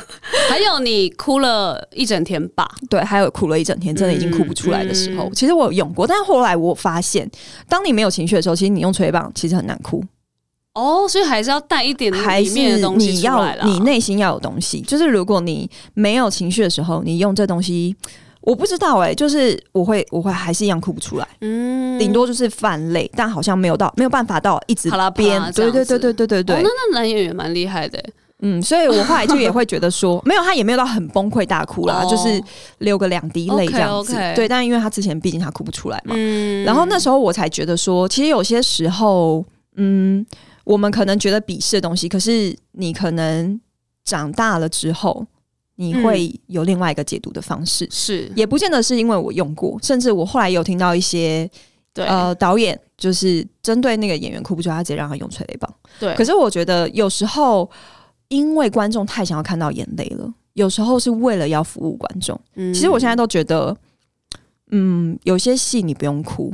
还有你哭了一整天吧，对，还有哭了一整天，真的已经哭不出来的时嗯候，其实我有用过，但是后来我发现，当你没有情绪的时候，其实你用吹棒其实很难哭，哦，所以还是要带一点还里是面的东西你出要来啊啦你内心要有东西，就是如果你没有情绪的时候，你用这东西，我不知道哎、就是我会我会还是一样哭不出来，嗯顶、多就是泛泪，但好像没有到没有办法到一直啪啦啪边啦，这对样对对子对对对对，哦，那那男演员蛮厉害的欸，嗯，所以我后来就也会觉得说，没有他也没有到很崩溃大哭啦，哦就是流个两滴泪 OK，这样子 OK 对，但因为他之前毕竟他哭不出来嘛，嗯然后那时候我才觉得说，其实有些时候，嗯，我们可能觉得鄙视的东西，可是你可能长大了之后，你嗯会有另外一个解读的方式，是也不见得是因为我用过，甚至我后来有听到一些对呃导演就是针对那个演员哭不出来，他直接让他用催泪棒。对，可是我觉得有时候因为观众太想要看到眼泪了，有时候是为了要服务观众。其其实我现在都觉得，嗯，有些戏你不用哭，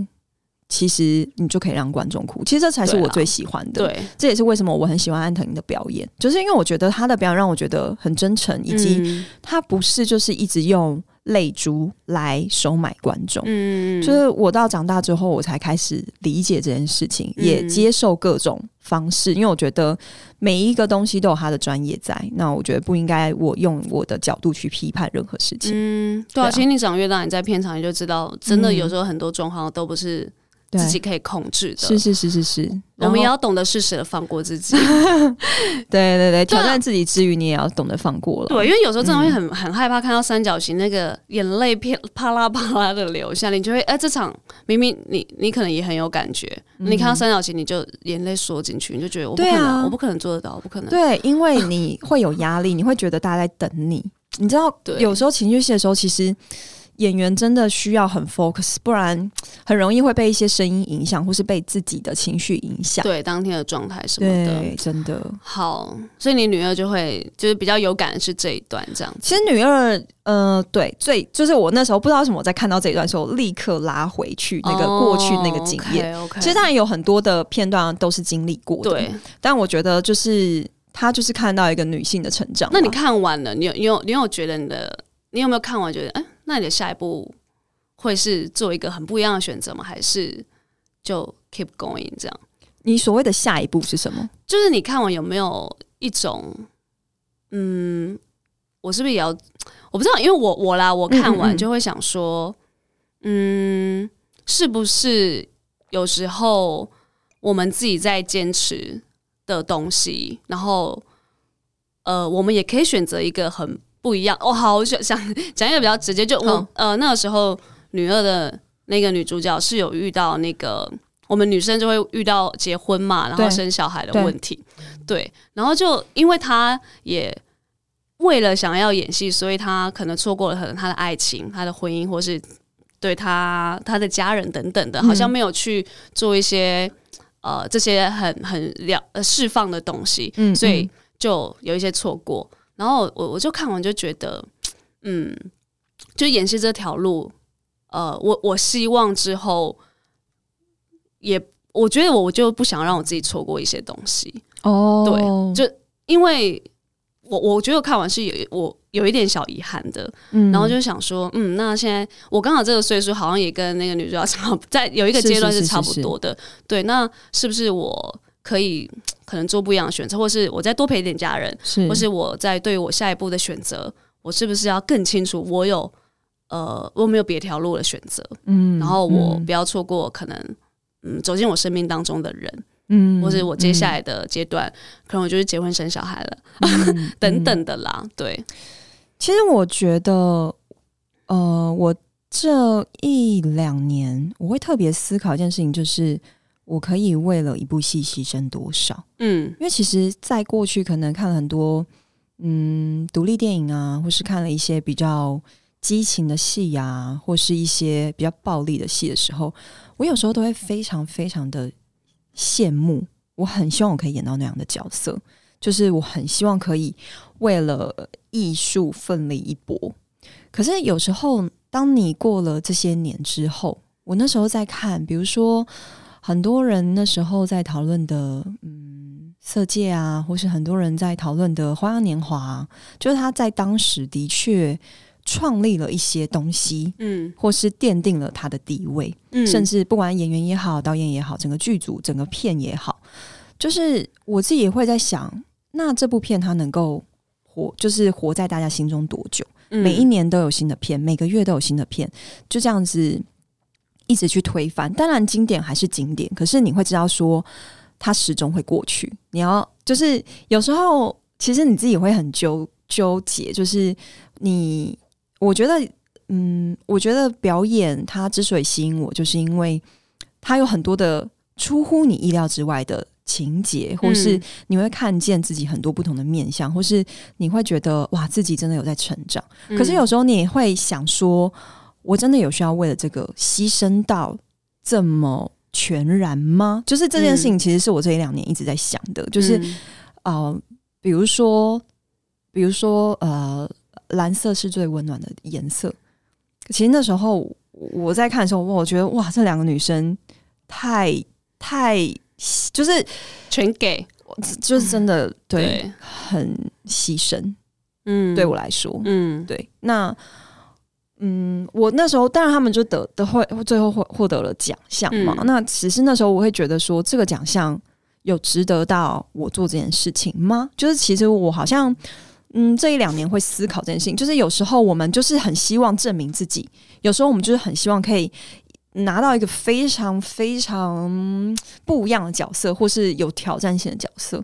其实你就可以让观众哭。其实这才是对我啦最喜欢的。，对这也是为什么我很喜欢安藤英的表演，就是因为我觉得他的表演让我觉得很真诚，以及嗯他不是就是一直用泪珠来收买观众。嗯就是我到长大之后，我才开始理解这件事情，嗯也接受各种方式，因为我觉得每一个东西都有他的专业在。那我觉得不应该我用我的角度去批判任何事情。嗯，对啊，对啊其实你长越大，你在片场你就知道，真的嗯有时候很多状况都不是对自己可以控制的，是是是是是，我们也然后要懂得适时的放过自己。对对对，对啊挑战自己之余，你也要懂得放过了。 对，因为有时候真的会很、很害怕看到三角形那个眼泪片啪啦啪啦的流下，你就会哎、这场明明你你可能也很有感觉，你看到三角形你就眼泪缩进去，你就觉得我不可对能，啊我不可能做得到，我不可能。对，因为你会有压力，你会觉得大家在等你。你知道，对有时候情绪戏的时候，其实演员真的需要很 focus，不然很容易会被一些声音影响，或是被自己的情绪影响。对当天的状态什么的。对，真的。好，所以你女儿就会就是比较有感的是这一段这样子。其实女二，呃，对，最就是我那时候不知道为什么，我在看到这一段的时候，立刻拉回去哦那个过去那个经验。 o k 其实当然有很多的片段都是经历过的，对。但我觉得就是他就是看到一个女性的成长嘛。那你看完了，你有你有你有觉得你的你有没有看完觉得哎、那你的下一步会是做一个很不一样的选择吗？还是就 keep going 这样？你所谓的下一步是什么？就是你看我有没有一种，嗯，我是不是也要？我不知道，因为我我啦，我看嗯嗯完嗯就会想说，嗯，是不是有时候我们自己在坚持的东西，然后呃，我们也可以选择一个很不一样。哦，好，我想想讲一个比较直接，就我、好呃那个时候女二的那个女主角是有遇到那个我们女生就会遇到结婚嘛，然后对生小孩的对问题，对，然后就因为她也。为了想要演戏，所以她可能错过了可能她的爱情、她的婚姻，或是对她她的家人等等的，好像嗯没有去做一些呃这些很很了呃释放的东西，嗯所以嗯就有一些错过。然后我我就看完就觉得，嗯，就演戏这条路，呃，我我希望之后也，我觉得我就不想让我自己错过一些东西，哦对因为我我觉得我看完是有我有一点小遗憾的，嗯然后就想说，嗯，那现在我刚好这个岁数，好像也跟那个女主角差不，在有一个是阶段是是是差是不是多的。对，那是不是我可以可能做不一样的选择，或是我再多陪一点家人，是或是我在对于我下一步的选择，我是不是要更清楚我有呃我有没有别条路的选择，嗯然后我嗯不要错过可能。嗯，走进我生命当中的人，嗯或是我接下来的阶段，可能我就是结婚生小孩了， 嗯等嗯等的啦。对，其实我觉得，呃，我这一两年我会特别思考一件事情，就是我可以为了一部戏牺牲多少。嗯因为其实，在过去可能看了很多嗯独立电影啊，或是看了一些比较激情的戏啊，或是一些比较暴力的戏的时候，我有时候都会非常非常的羡慕，我很希望我可以演到那样的角色，就是我很希望可以为了艺术奋力一搏。可是有时候，当你过了这些年之后，我那时候在看，比如说很多人那时候在讨论的，嗯，色戒啊，或是很多人在讨论的《花样年华、啊就是他在当时的确创立了一些东西，嗯或是奠定了他的地位。嗯，甚至不管演员也好，导演也好，整个剧组、整个片也好，就是我自己也会在想，那这部片它能够活，就是活在大家心中多久？每一嗯年都有新的片，每个月都有新的片，就这样子一直去推翻。当然，经典还是经典，可是你会知道说，它始终会过去。你要就是有时候，其实你自己会很纠纠结，就是你，我觉得，嗯，我觉得表演它之所以吸引我，就是因为它有很多的出乎你意料之外的情节，或是嗯你会看见自己很多不同的面相，或是你会觉得哇，自己真的有在成长。嗯可是有时候你也会想说，我真的有需要为了这个牺牲到这么全然吗？就是这件事情，其实是我这一两年一直在想的，就是、嗯呃，比如说，比如说呃，蓝色是最温暖的颜色。其实那时候我在看的时候，哇我觉得哇，这两个女生太太就是全给就是真的对对很牺牲，嗯对我来说，嗯对，那嗯，我那时候当然他们就得得会最后获获得了奖项嘛。嗯那只是那时候我会觉得说，这个奖项有值得到我做这件事情吗？就是其实我好像。嗯，这一两年会思考这件事情，就是有时候我们就是很希望证明自己，有时候我们就是很希望可以拿到一个非常非常不一样的角色，或是有挑战性的角色。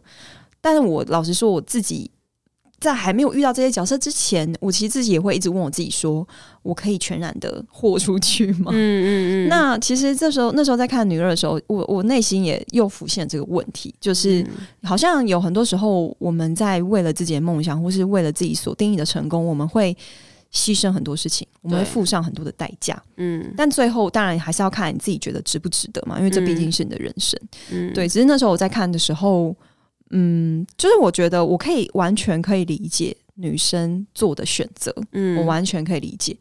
但是我老实说，我自己在还没有遇到这些角色之前，我其实自己也会一直问我自己说：我可以全然的豁出去吗？嗯嗯嗯，那其实这时候，那时候在看《女二》的时候，我我内心也又浮现这个问题，嗯就是好像有很多时候，我们在为了自己的梦想，或是为了自己所定义的成功，我们会牺牲很多事情，我们会对付上很多的代价。嗯但最后，当然还是要看你自己觉得值不值得嘛，因为这毕竟是你的人生。嗯对，只是那时候我在看的时候，嗯，就是我觉得我可以完全可以理解女生做的选择，嗯我完全可以理解，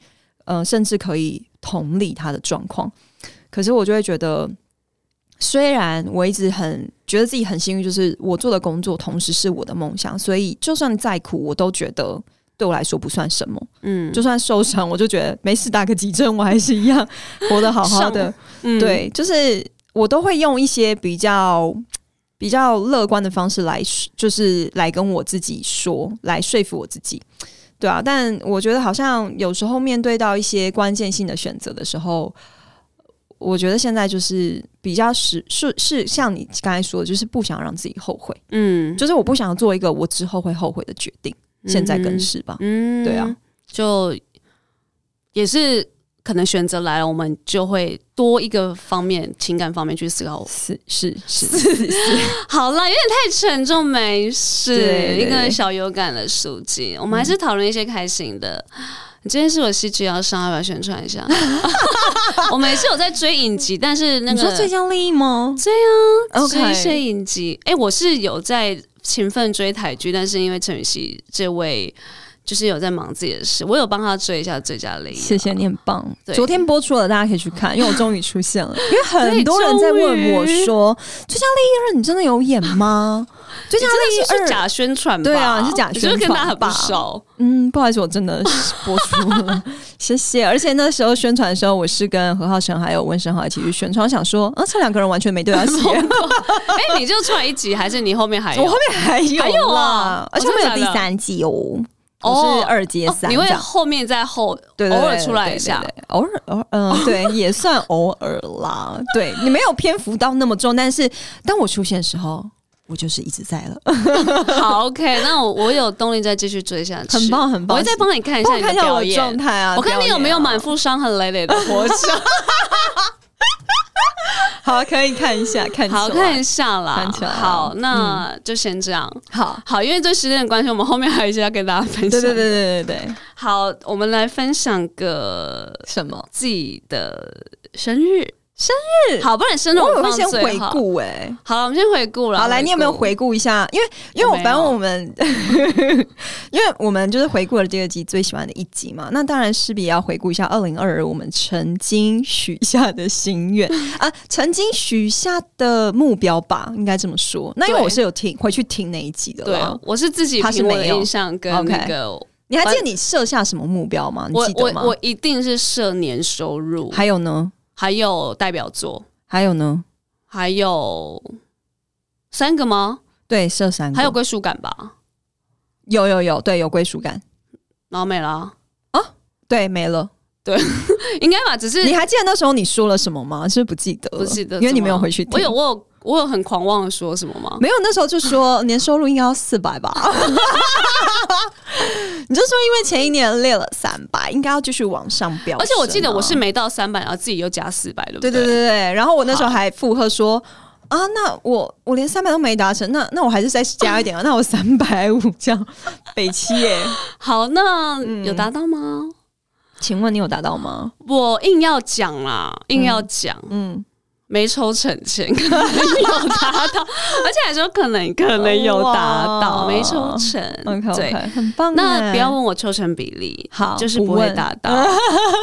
呃，甚至可以同理她的状况。可是我就会觉得，虽然我一直很觉得自己很幸运，就是我做的工作同时是我的梦想，所以就算再苦，我都觉得对我来说不算什么。嗯就算受伤，我就觉得没事，打个几针我还是一样活得好好的。嗯对，就是我都会用一些比较比较乐观的方式来，就是来跟我自己说，来说服我自己，对啊。但我觉得好像有时候面对到一些关键性的选择的时候，我觉得现在就是比较是是是像你刚才说的，就是不想让自己后悔，嗯，就是我不想做一个我之后会后悔的决定。现在更是吧，嗯，对啊，就也是可能选择来了，我们就会多一个方面情感方面去思 考。是是是 是好了，有点太沉重，没事，对一个小有感的书籍，我们还是讨论一些开心的。嗯今天是我戏剧要上，要不要宣传一 下？我们也是有在追影集，但是那你说个最佳利益吗？对啊 OK 追一些影集。哎、我是有在勤奋追台剧，但是因为陈雨希这位就是有在忙自己的事，我有帮他追一下最佳利益。谢谢你很棒。对昨天播出了，大家可以去 看，因为我终于出现了。因为很多人在问我对终于说：“最佳利益二，你真的有演 吗？”最佳利你真的是益二，假宣传吧？对啊你是假宣传吧你是不是跟他很不 熟。嗯，不好意思，我真的是播出 了，谢谢。而且那时候宣传的时候，我是跟何浩晨还有温升豪一起去宣传，我想说，啊，这两个人完全没对到 戏。哎、你就出来一集，还是你后面还有？我后面还有还有啊啦，而且哦我们真的有假的第三季哦，哦我是二接哦三你这会样。后面在后对偶尔出来一下对。对对偶尔偶尔，嗯、 对，也算偶尔啦。对你没有篇幅到那么重，但是当我出现的时候，我就是一直在了， 好，OK，那我我有动力再继续追下去。很棒很棒我会再帮你看一帮下我你看一的下表我的演。状态啊。我看你有没表有演满啊腹伤痕累累的活着。好，可以看一下， 看好出来看一下啦看起，来啊好，那就先这样。好，好，因为对时间的关系，我们后面还有一些要跟大家分享。对对对，对对对，好，我们来分享个什么？自己的生日，生日好，不然生日我我有们会放先回最后。顾哎、好了，我们先回顾了。好，来，你有没有顾？回顾一下？因为因为我我没有反正我们， 因为我们就是回顾了这个集最喜欢的一集嘛。那当然势必要回顾一下二零二二我们曾经许下的心 愿啊，曾经许下的目标吧，应该这么说。那因为对我是有听回去听那一集的对啊啦，，我是自己他是凭我的没有印象跟 OK 那个，我你还记得你设下什么目标吗？你记我得吗？我一定是设年收入，还有呢？还有代表作，还有呢？还有三个吗？对，设三个，还有归属感吧？有有有，对，有归属感，然后没了啊，对，没了。应该吧？只是你还记得那时候你说了什么吗？是不是不记得了？不记得，因为你怎么没有回去听。啊我有，我有，我有很狂妄的说什么吗？没有，那时候就说年收入应该要四百吧。 你就说，因为前一年列了三百，应该要继续往上飙升啊、而且我记得我是没到三百，然后自己又加四百，对不对对对对对对，然后我那时候还附和说。啊，那我我连三百都没达成，那那我还是再加一点啊，那我三百五这样，北七耶，好，那嗯有达到吗？请问你有达到吗？我硬要讲啦，硬要讲，嗯，没抽成钱，可能有达到，而且还说可能可能有达到，哇没抽成。 OK 嗯对， OK，很棒耶。那不要问我抽成比例，好，就是不会问达 到，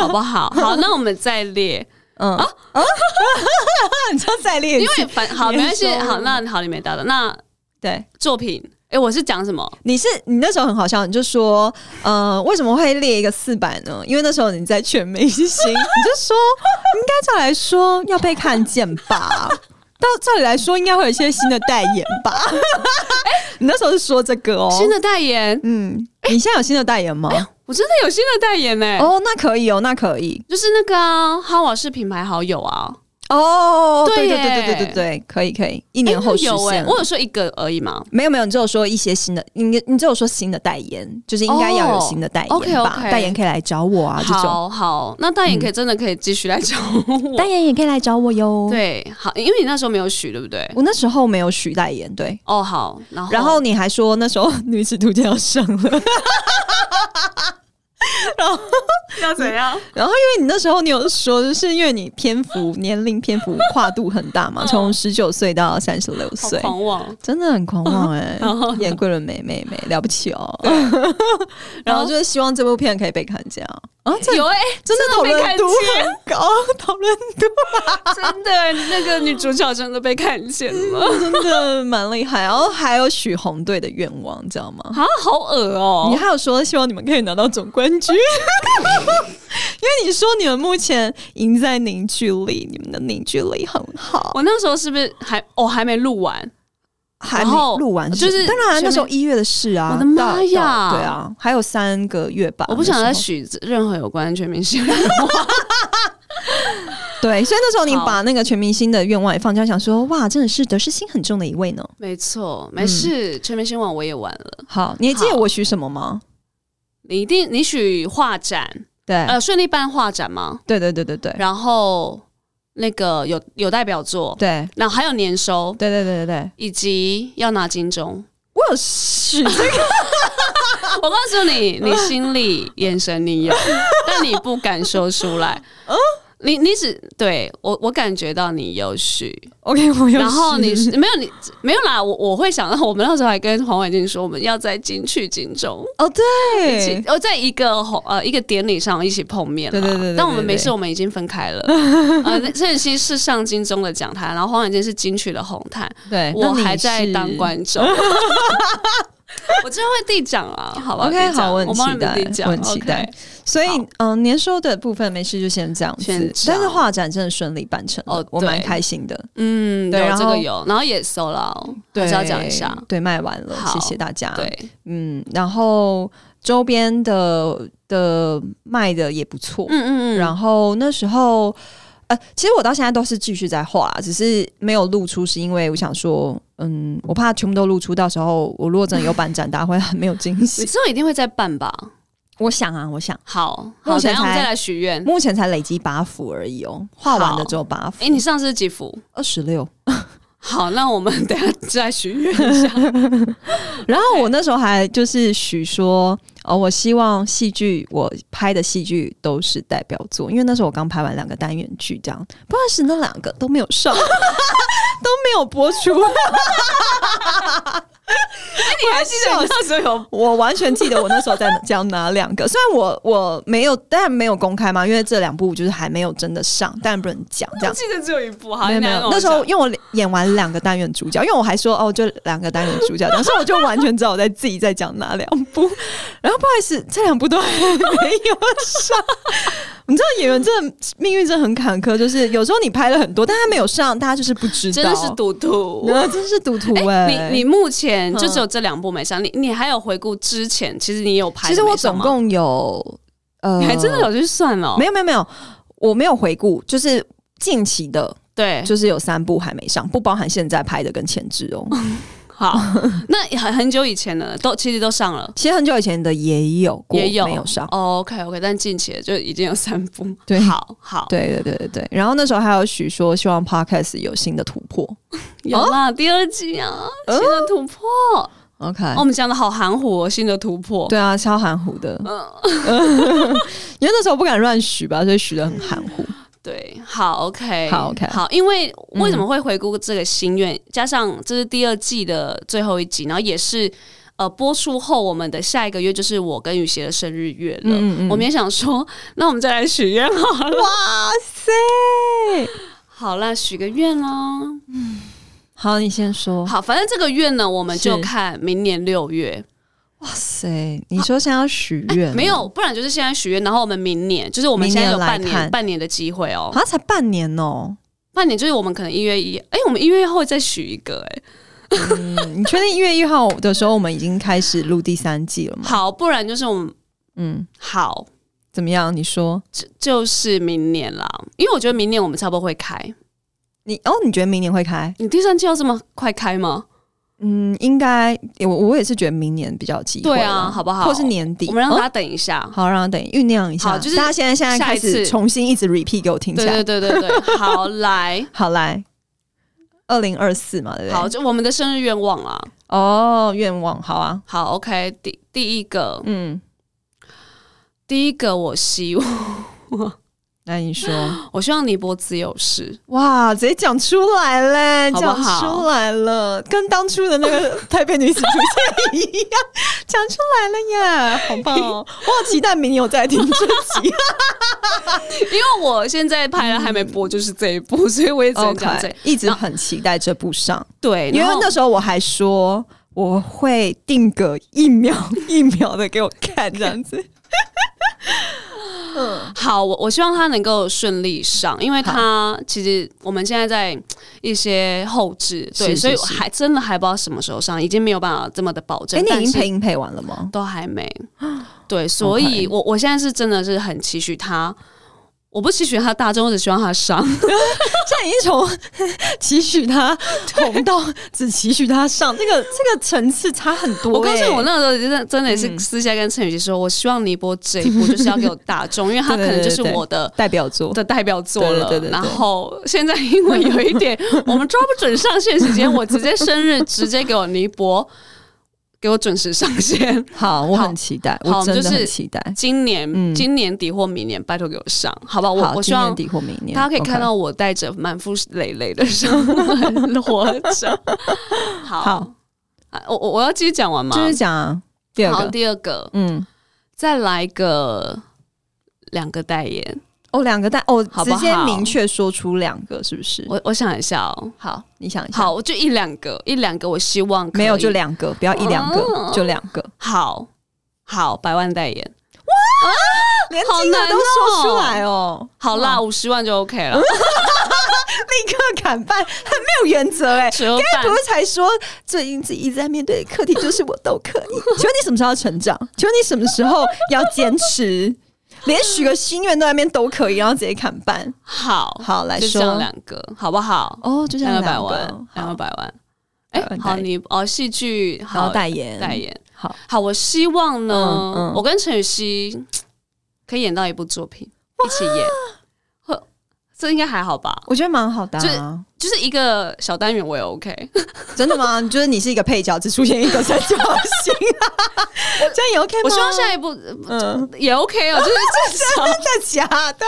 好不好？好，那我们再列，嗯啊啊， 你就再练一因次，为反好没关系，年收入好，那好，你没达到，那对，作品，哎，我是讲什么？你是你那时候很好笑，你就说，呃，为什么会列一个四百呢？因为那时候你在全明星，你就说，应该照来说要被看见吧。到照理来说，应该会有一些新的代言吧？你那时候是说这个哦，新的代言，嗯，你现在有新的代言吗？我真的有新的代言呢、哦，那可以哦，那可以就是那个啊，哈瓦士品牌好友啊，哦，对对对耶对对对对对，可以可以，一年后诶实有哎、现了。我有说一个而已嘛。没有没有，你只有说一些新的，你你只有说新的代言，就是应该要有新的代言吧哦，OK，OK 代言可以来找我啊，这种嗯好好，那代言可以真的可以继续来找我。代言也可以来找我哟。， 对，好，因为你那时候没有许，对不对？我那时候没有许代言，对。哦，好，然后然后你还说那时候女子图鉴要上 了，要怎样？然后因为你那时候你有说，就是因为你篇幅年龄篇幅跨度很大嘛，从十九岁到三十六嗯好岁，狂妄。真的很狂妄哎、 然后演桂纶镁妹妹了不起哦，然然后后就是希望这部片可以被看见啊，啊，这 有哎、真的讨被看论度见很高， 讨论 度真的，那个女主角真的被看见 了真的蛮厉害。然后还有许宏队的愿望，你知道吗？啊，好恶哦、 你还有说希望你们可以拿到总冠军，为你说你们目前赢在凝聚力，你们的凝聚力很好，我那时候是不是还我、还没录完？啊还没然后录完就是当然啊前面那时候一月的事啊，我的妈到到呀对啊，还有三个月吧，我不想再那时候许任何有关全明星的话。对，所以那时候你好把那个全明星的愿望也放下，想说哇，真的是得失心很重的一位呢。 没错，没事，嗯全明星网我也玩了。好，你还记得好我许什么吗？你一定你许画展，对，呃，顺利办画展吗？对对对对对然后那个有有代表作，对然后还有年收，对对对对对，以及要拿金钟。 我有许这个我告诉你，你心里、眼神你 有，但你不敢说出来。哦你你只对我，我感觉到你有许， ，OK，我有许。然后你是没有你没有啦，我我会想到，我们那时候还跟黄伟晋说，我们要在金曲金钟哦，一起对，，哦，在一个红呃一个典礼上一起碰面啦对对对对对但我们没事，对我们已经分开 了。呃，那郑雨欣是上金钟的讲坛，然后黄伟晋是金曲的红毯，对，我哎那你还在是当 观众。 我真会地讲啊，好吧 OK，地讲好我很我帮你们期待地讲我很期待 OK 所以好，嗯，年收的部分没事，就先这样先子。这但样是画展真的顺利办成了哦我蛮对开心的。嗯，对有然这后个有，然后也搜了，哦还是要讲一下。对，卖完了，好谢谢大家。，对，嗯，然后周边的的卖的也不错，嗯嗯嗯，然后那时候，呃，其实我到现在都是继续在画啦，只是没有露出，是因为我想说，嗯，我怕全部都露出，到时候我如果真的有版展，大家会很没有惊你 喜。之后一定会再办吧？我想啊，我想好，目好，前等一下我们才再来许愿。目前才累积八幅而已哦，画完的只有八幅哎，，你上次是几幅？二十六。好，那我们 等一下再许愿 一下。然后我那时候还就是许说，哦，我希望戏剧我拍的戏剧都是代表作，因为那时候我刚拍完两个单元剧，这样，不然是那两个都没有上，都没有播出。你还记得你那时候有我完全记得我那时候在这样拿两个，虽然我我没有，但没有公开嘛，因为这两部就是还没有真的上，但不能讲这样。记得只有一部，好，没有你没等有，那一下跟我时候讲因为我演完两个单元主角，因为我还说哦，就两个单元主 角，但是我就完全知道我在自己在讲哪两部。然后不好意思，这两部都还没有上。你知道演员真的命运真的很坎坷，就是有时候你拍了很多，但他没有上，大家就是不知道，真的是赌徒。呃，真是赌徒哎、哎，你你目前嗯就只有这两部没上，你你还有回顾之前，其实你有拍其的实我没上总吗，共有呃，你还真的有去算哦了，没有没有没有，我没有回顾，就是近期的，对，就是有三部还没上，不包含现在拍的跟前置哦。好， 那很很久以前的都其实都上了。其实很久以前的也有过，也有没有上。哦、o k OK，但近期的就已经有三部，对好好，对对对对对，然后那时候还有许说希望 podcast 有新的突破有啦，第二季啊，哦新的突破， ，OK，、哦我们讲的好含糊、哦，新的突破，对啊，超含糊的，嗯 因为那时候不敢乱许吧，所以许的很含糊。对，好，OK，好，OK 嗯好，因为为什么会回顾这个心愿？加上这是第二季的最后一集，然后也是呃播出后，我们的下一个月就是我跟雨鞋的生日月嗯了。嗯嗯我们也想说，那我们再来许愿好了。哇塞！好啦，许个愿喽。哦好，你先说。好，反正这个月呢，我们就是看明年六月，哇塞，你说现在要许愿、啊没有，不然就是现在许愿，然后我们明年，就是我们明现年在有半来年看半年的机会哦好。啊像才半年哦、半年就是我们可能一月一，哎、我们一月后再许一个、哎。嗯你确定一月一号的时候我们已经开始录第三季了吗？好，不然就是我们嗯，好。怎么样？你说就就是明年啦，因为我觉得明年我们差不多会开。你哦，你觉得明年会开？你第三季要这么快开吗？嗯，应该我我也是觉得明年比较有机会啦，对啊好不好或是年底，我们让哦大家等一下。好，让他等酝酿一下。好就是大家现在现在下开一次始重新一直 repeat 给我听起对来对。对对对，好 来，好，来，二零二四嘛，对不对？好，就我们的生日愿望啦。哦，愿望好啊，好，OK，第第一个，嗯，第一个我希望，那你说，我希望尼泊自由市。 哇，直接讲出来嘞，好不讲好出来了，跟当初的那个台北女子出现一 样，讲出来了耶，好棒 哦！我好期待明年有再听这 集。因为我现在拍了还没播，就是这一部，所以我也只能讲这哦 OK，一直很期待这部上，对，因为然后那时候我还说我会 哎定个一秒一秒的给我看这样子。嗯，好，我我希望他能够顺利上，因为他其实我们现在在一些后置，对，是是所以是还真的还不知道什么时候上，已经没有办法这么的保证。哎、但你已经是配音配完了吗？都还没， 对，所以我我现在是真的是很期许他。我不期许他大众，我只希望他 上。现在已经从期许他红到只期许他上，这个这个层次差很多、我告诉欸你，我那时候真的真的也是嗯私下跟陈雨琪说，我希望你播这一部就是要给我大众，因为他 可对对能就是对对我的代表作，的代表作了。对对对对对然后现在因为有一 点 我们抓不准上线时间，我直接生日直接给我尼泊，给我准时上 线。好，我很期待，我好真的就是很期待。今年、嗯今年底或明年，拜托给我上，好不好？我好，我希今年望底或明年，大家可以 OK 看到我带着满腹累累的伤痕活 着。好，好啊我我我要继续讲完吗？就是讲啊第二好，个，第二个，嗯，再来个两个代言。哦，两个但哦，好不直好接明确说出两个是不是？我我想一下哦，好，你想一下，好，我就一两个，一两个，我希望可没有以就两个，不要一两个哦，就两个，好好，百万代言，连好金额难都说出哦来哦，好啦，哇，嗯五十万就 OK 了，立刻砍半，很没有原则 哎。折不半是才说最近自己一直在面对的课题就是我都可以。请问你什么时候要成长？ 请问你什么时候要坚持？连许个心愿都在那边都可以，然后直接砍半。好，好，来就这说样两个，好不好？哦，就这样两个百两万，两个好百万，百哎，万好，代言你哦，戏剧然好后代言代，言，好好，我希望呢，嗯嗯我跟陈雨希可以演到一部作品，一起演，会这应该还好吧？我觉得蛮好的、就啊。就是一个小单元，我也 OK。真的吗？你觉得你是一个配角，只出现一个三角形、啊， 这样也 OK 吗？ 我希望下一部呃嗯， 也 OK 哦，就是至少真的假的？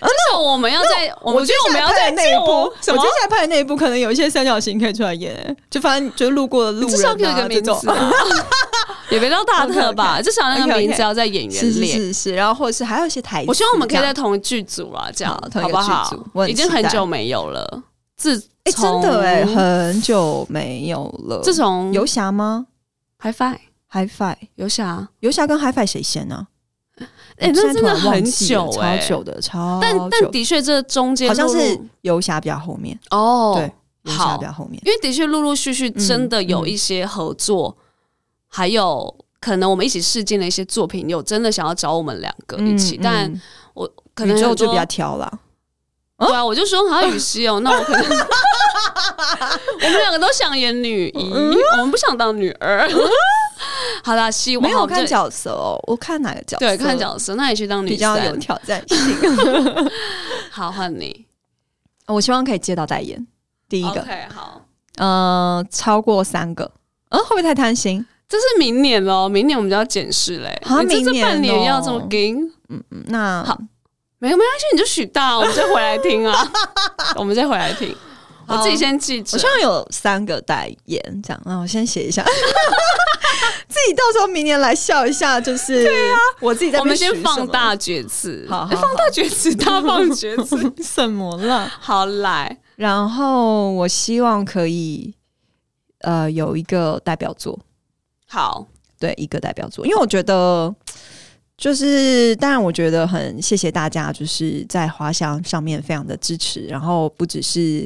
至少我们要在，我觉得我们要在在那一部，我接什么？下来拍的那一部，可能有一些三角形可以出来演、就反正就路过的路人、啊，至少给我一个名这种字啊， 也别到大特吧，至少那个名字要在演是员是列。是是，然后或者是还有一些台词，我希望我们可以这在样同一剧组啦，这样好同一好个不好剧组我？很已经很期待久没有了，自哎、真的哎、从很久没有了。自从游侠吗？海派海海游侠，游侠跟海海谁先呢、啊？哎，我那现在真突的然忘很记了久哎，超久的，超但但久的确这中间好像是陆陆游侠比较后面，哦，对游侠好比较后面。因为的确陆陆续续嗯真的有一些合作，还有可能我们一起试镜的一些作品，有真的想要找我们两个一起，嗯但嗯我可能宇宙很多就比较挑啦。哦对啊，我就说好像雨 熙哦，那我可能我们两个都想演女一，嗯我们不想当女二。 好啦，希望没有好我看就角色哦，我看哪个角色？对看角色，那你去当女比较有三，挑战性。好换你我希望可以接到代言，第一个 OK，好，呃，超过三个，嗯，会不会太贪心？这是明年喽，明年我们就要检视嘞，啊你这明这年半年哦要这么跟。嗯那好没有没关系，你就许大，我们再回来听 啊，我们再回来听。我自己先记着我希，望有三个代言，这样。那我先写一下， 自己到时候明年来笑一下，就是对啊，我自己在我那边们许什么。先放大厥词，好好哎放大厥词，大 放厥词，什么了？好来，然后我希望可以呃有一个代表作，好，对，一个代表作，因为我觉得。就是，当然，我觉得很谢谢大家，就是在滑翔上面非常的支持，然后不只是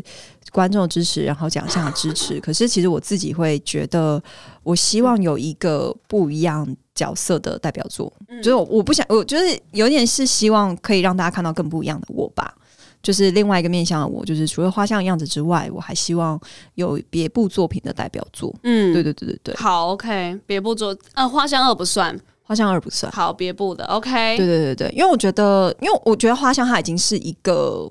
观众的支持，然后奖项的支持，可是其实我自己会觉得，我希望有一个不一样角色的代表作，嗯就是我我不想，我就是有点是希望可以让大家看到更不一样的我吧。就是另外一个面向的我，就是除了花像样子之外，我还希望有别部作品的代表作。嗯，对对对对对，好，OK，别部做，呃，花香二不算，花像二不算。好，别部的，OK，对对对对，因为我觉得，因为我觉得花香它已经是一个，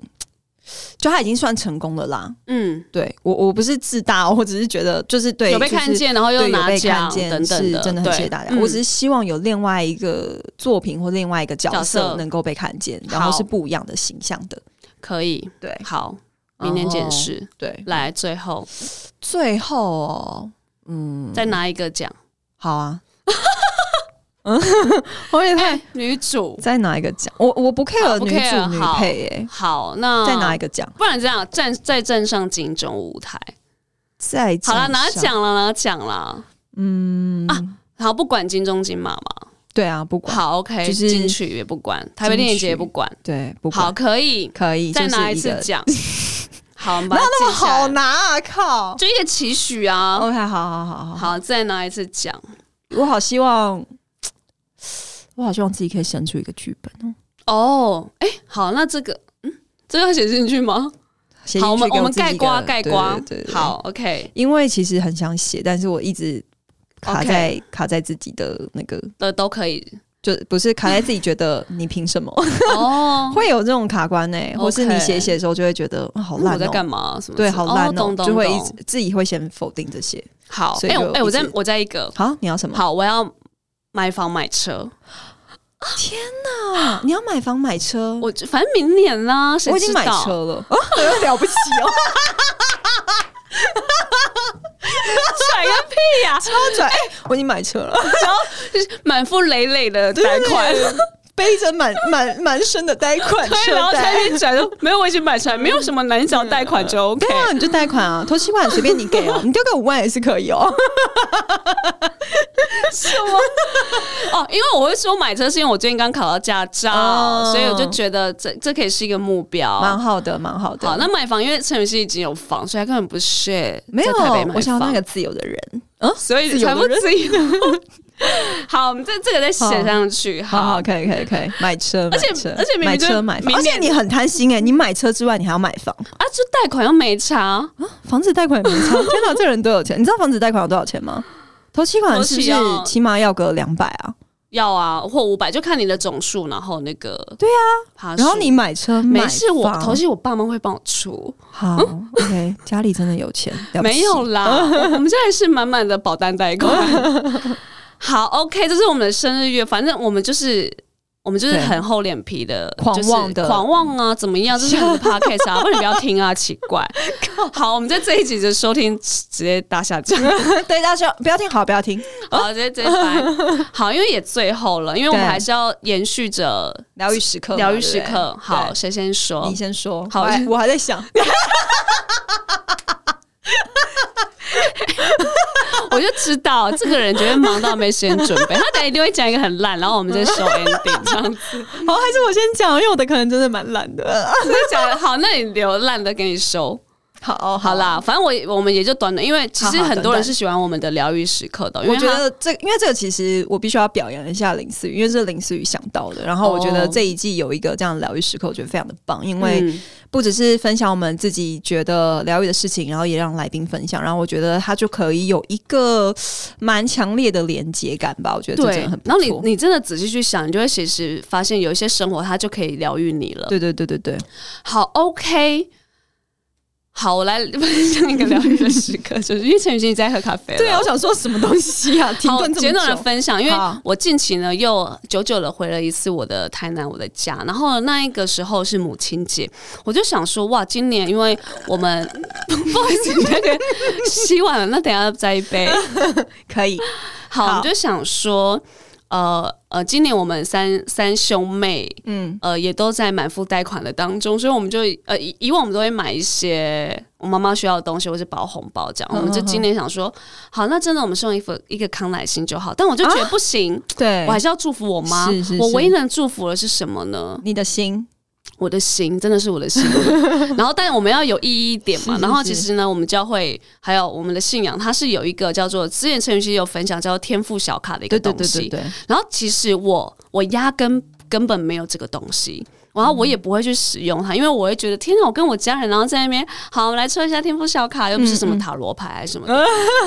就它已经算成功了啦。嗯，对我，我不是自大、哦，我只是觉得就是对有被就是看见，然后又对，有拿被看奖见等等是真的很对谢谢大家。嗯我只是希望有另外一个作品或另外一个角角色色能够被看见，好然后是不一样的形象的。可以，对哦好，明年检视，对，来，最后最后哦，嗯，再拿一个奖，好 啊，嗯， 我也太女主，再拿一个奖，我我不哎好 care 不女主 care，女好嗯配耶，好，那再拿一个奖，不然这样站再站上金钟舞台。再好啦，站拿上，奖了，拿奖了。嗯啊好，不管金钟金马嘛，对啊，不管，好，OK，就是进去也不管，台北电影节也不管，对，不管好，可以，可以，再就是拿一次个，奖。 好，我们把哪它有那么记下来好，哦拿啊？靠就一个期许啊。 ！OK，好好好好好，好，再拿一次奖。我好希望，我好希望自己可以生出一个剧本哦。哦，哎，好，那这个，嗯，这个要写进去吗？写进好，我们去给们自己盖一瓜个盖瓜对对对，对，好，OK 因为其实很想写，但是我一直卡 OK 在卡在自己的那个，的都 可以。就不是卡在自己觉 得你凭什么哦，会有这种卡关呢、或是你 OK 写一写的时候就会觉得、啊好烂我在哦、干嘛？什么对，之好烂哦哦、懂懂就会懂一直自己会先否定这些。好。所以哎，我就哎，我一直在我在一个好，你要什么？好，我要买房买车。啊，你要买房买车，我就反正明年啦，谁我已经知买 道车了，啊、了不起哦，甩个屁呀！ 超拽！哎、我已经买车了。就是 满腹累累的 贷款，背着满满满身的贷款对，车然后才贷。去转说没有，我已经买出来，没有什么难，你只要贷款就 OK 对。啊，你就贷款啊，头期款随便你 给哦，你丢个五万也是可以哦。哦，因为我会说买车是因为我最近刚考到驾照，哦所以我就觉得这这可以是一个目标。蛮好的，蛮好的。好，那买房，因为陈雨希已经有房，所以他根本不是没有在台北买，我想要那房个自由的人。嗯， 所以自由才的不人自由。 好，我们这这个再写上去。好好，可以，可以，可以，买车，而且买车而且明明买就是车买房，明而年且你很贪心哎，你买车之外，你还要买房，啊，就贷款又没差，房子贷款也没差。天哪，这人多有钱！你知道房子贷款要多少钱吗？头期款是不头期要是起码要个两百啊？要啊，或五百，就看你的总数，然后那个对啊然后你买车，没买事，我房头期我爸妈会帮我出，好，OK，家 里真的有钱，了不起没有啦，我我们现在是满满的保 单贷款。好，OK，这是我们的生日月，反正我们就是。我们就是对很厚脸皮的，狂妄的就是狂妄啊，怎么样？这是 我们的 podcast 啊，不然你不要听啊，奇怪。好，我们在这一集的收听直接大下 降， 对，大家不要听，好，不要听，好，直接直接掰。好，因为也最后了，因为我们对还是要延续着疗愈时刻嘛， 疗愈时对不对刻。好，对谁先说？你先说。好我还我还在 想，哦我就知道这个人绝对忙到没时间准备，他等一下一定会讲一个很烂，然后我们再收 ending 这样子。好，还是我先讲，因为我的可能真的蛮懒的。真的假的？好，那你留烂的给你收。好， 好，啦，反正我我们也就短短，因为其好实好很多短人短是喜欢我们的疗愈时刻的，因我为觉他得这，因为这个其实我必须要表扬一下林思雨，因为这是林思雨想到的。然后我觉哦得这一季有一个这样的疗愈时刻，我觉得非常的棒，因为嗯不只是分享我们自己觉得疗愈的事情，然后也让来宾分享，然后我觉得他就可以有一个蛮强烈的连接感吧。我觉得这真对的很，不然后你错。你真的仔细去想，你就会其实发现有一些生活它就可以疗愈你了。对对对对对，好，OK。好，我来分享一个疗愈的时刻，就是因为陈雨欣已经在喝咖啡了。对啊，我想说什么东西啊？停好，顿这简短么的久，分享，因为好我近期呢又久久的回了一次我的台南我的家，然后那一个时候是母亲节，我就想说哇，今年因为我们不好意思， 那个洗碗了，那等一下再一杯。可以。好，好我就想说，呃呃，今年我们三三兄妹。嗯，呃，也都在满腹贷款的当中，所以我们就呃以以往我们都会买一些我妈妈需要的东西，或是包红包这样。我们嗯就今年想说，好，那真的我们送一份一个康乃馨就好，但我就觉得不行，对我，还是要祝福我妈。啊是是我是唯一能祝福的是什么呢？你的心我的心真的是我的 心。然后，但我们要有意义一点是嘛。是然后，是其实呢，我们教会还有我们的信仰，它是有一个叫做之前陈雨希有分享叫做天赋小卡的一个对东对西。对对对，然后其实我我压根根本没有这个东西。然后我也不会去使用它，因为我会觉得天哪！我跟我家人，然后在那边，好，我们来抽一下天赋小卡，又不是什么塔罗牌什么嗯的。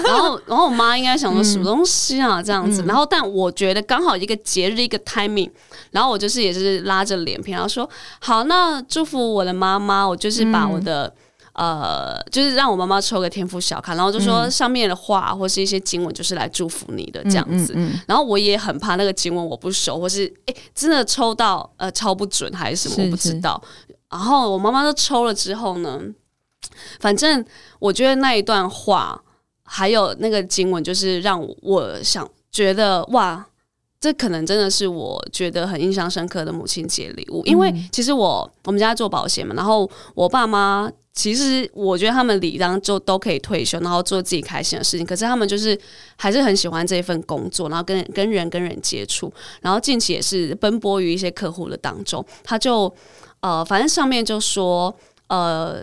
然后，然后我妈应该想说什么东西啊，这样子。然后，但我觉得刚好一个节日一个 timing，然后我就是也是拉着脸皮，然后说好，那祝福我的妈妈，我就是把嗯我的、呃，就是让我妈妈抽个天赋小卡，然后就说上面的话或是一些经文，就是来祝福你的这样子。嗯嗯，然后我也很怕那个经文我不熟，或是哎、诶真的抽到呃超不准还是什么，是我不知道。然后我妈妈都抽了之后呢，反正我觉得那一段话还有那个经文，就是让我想觉得哇，这可能真的是我觉得很印象深刻的母亲节礼嗯物，因为其实我我们家做保险嘛，然后我爸妈其实我觉得他们理当就都可以退休，然后做自己开心的事情，可是他们就是还是很喜欢这一份工作，然后跟跟人跟人接触，然后近期也是奔波于一些客户的当中，他就呃，反正上面就说呃，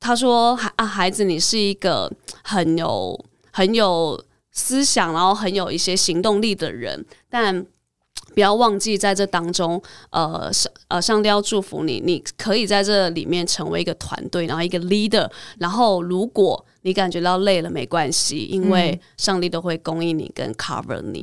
他说孩啊孩子，你是一个很有很有。思想，然后很有一些行动力的人，但不要忘记在这当中，呃，上呃上帝要祝福你，你可以在这里面成为一个团队，然后一个 leader。然后，如果你感觉到累了，没关系，因为上帝都会供应你跟 cover 你。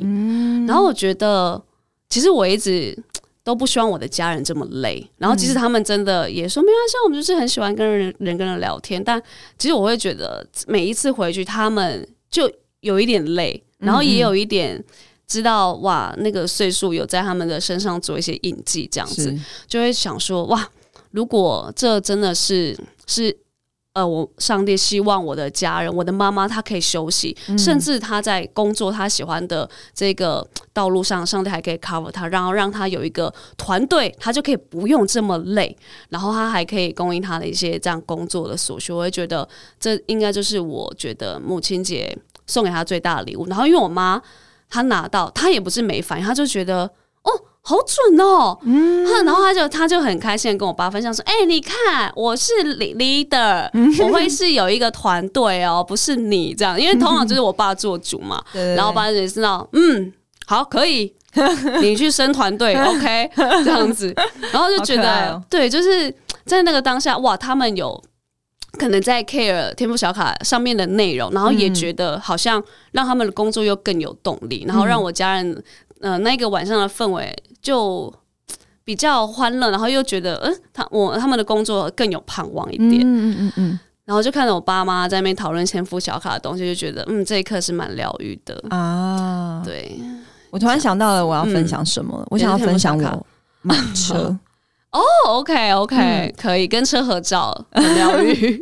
然后，我觉得其实我一直。都不希望我的家人这么累，然后即使他们真的也说、没关系，我们就是很喜欢跟人人跟人聊天，但其实我会觉得每一次回去，他们就有一点累，然后也有一点知道哇，那个岁数有在他们的身上做一些印记，这样子是就会想说哇，如果这真的是是呃，我上帝希望我的家人，我的妈妈她可以休息，甚至她在工作她喜欢的这个道路上，上帝还可以 cover 她，然后让她有一个团队，她就可以不用这么累，然后她还可以供应她的一些这样工作的所需。我会觉得这应该就是我觉得母亲节送给她最大的礼物。然后因为我妈她拿到，她也不是没反应，她就觉得哦。好准哦，哼，然后他就他就很开心的跟我爸分享说：“哎、你看，我是 le- leader，我会是有一个团队哦，不是你这样，因为通常就是我爸做主嘛。对对对然后我爸也知道，嗯，好，可以， 你去升 团队，OK，这样子，然后就觉好可爱得、哦对，就是在那个当下，哇，他们有可能在 care 天赋小卡上面的内容，然后也嗯觉得好像让他们的工作又更有动力，然后让我家人，呃，那个晚上的氛围就比较欢乐，然后又觉得，嗯、他我他们的工作更有盼望一点，嗯嗯嗯嗯然后就看到我爸妈在那边讨论天赋小卡的东西，就觉得，嗯，这一刻是蛮疗愈的，嗯啊！对，嗯我突然想到了我要分享什么，我想要分享也是天我买车。哦，OK OK，、可嗯以跟车合照， 很疗愈，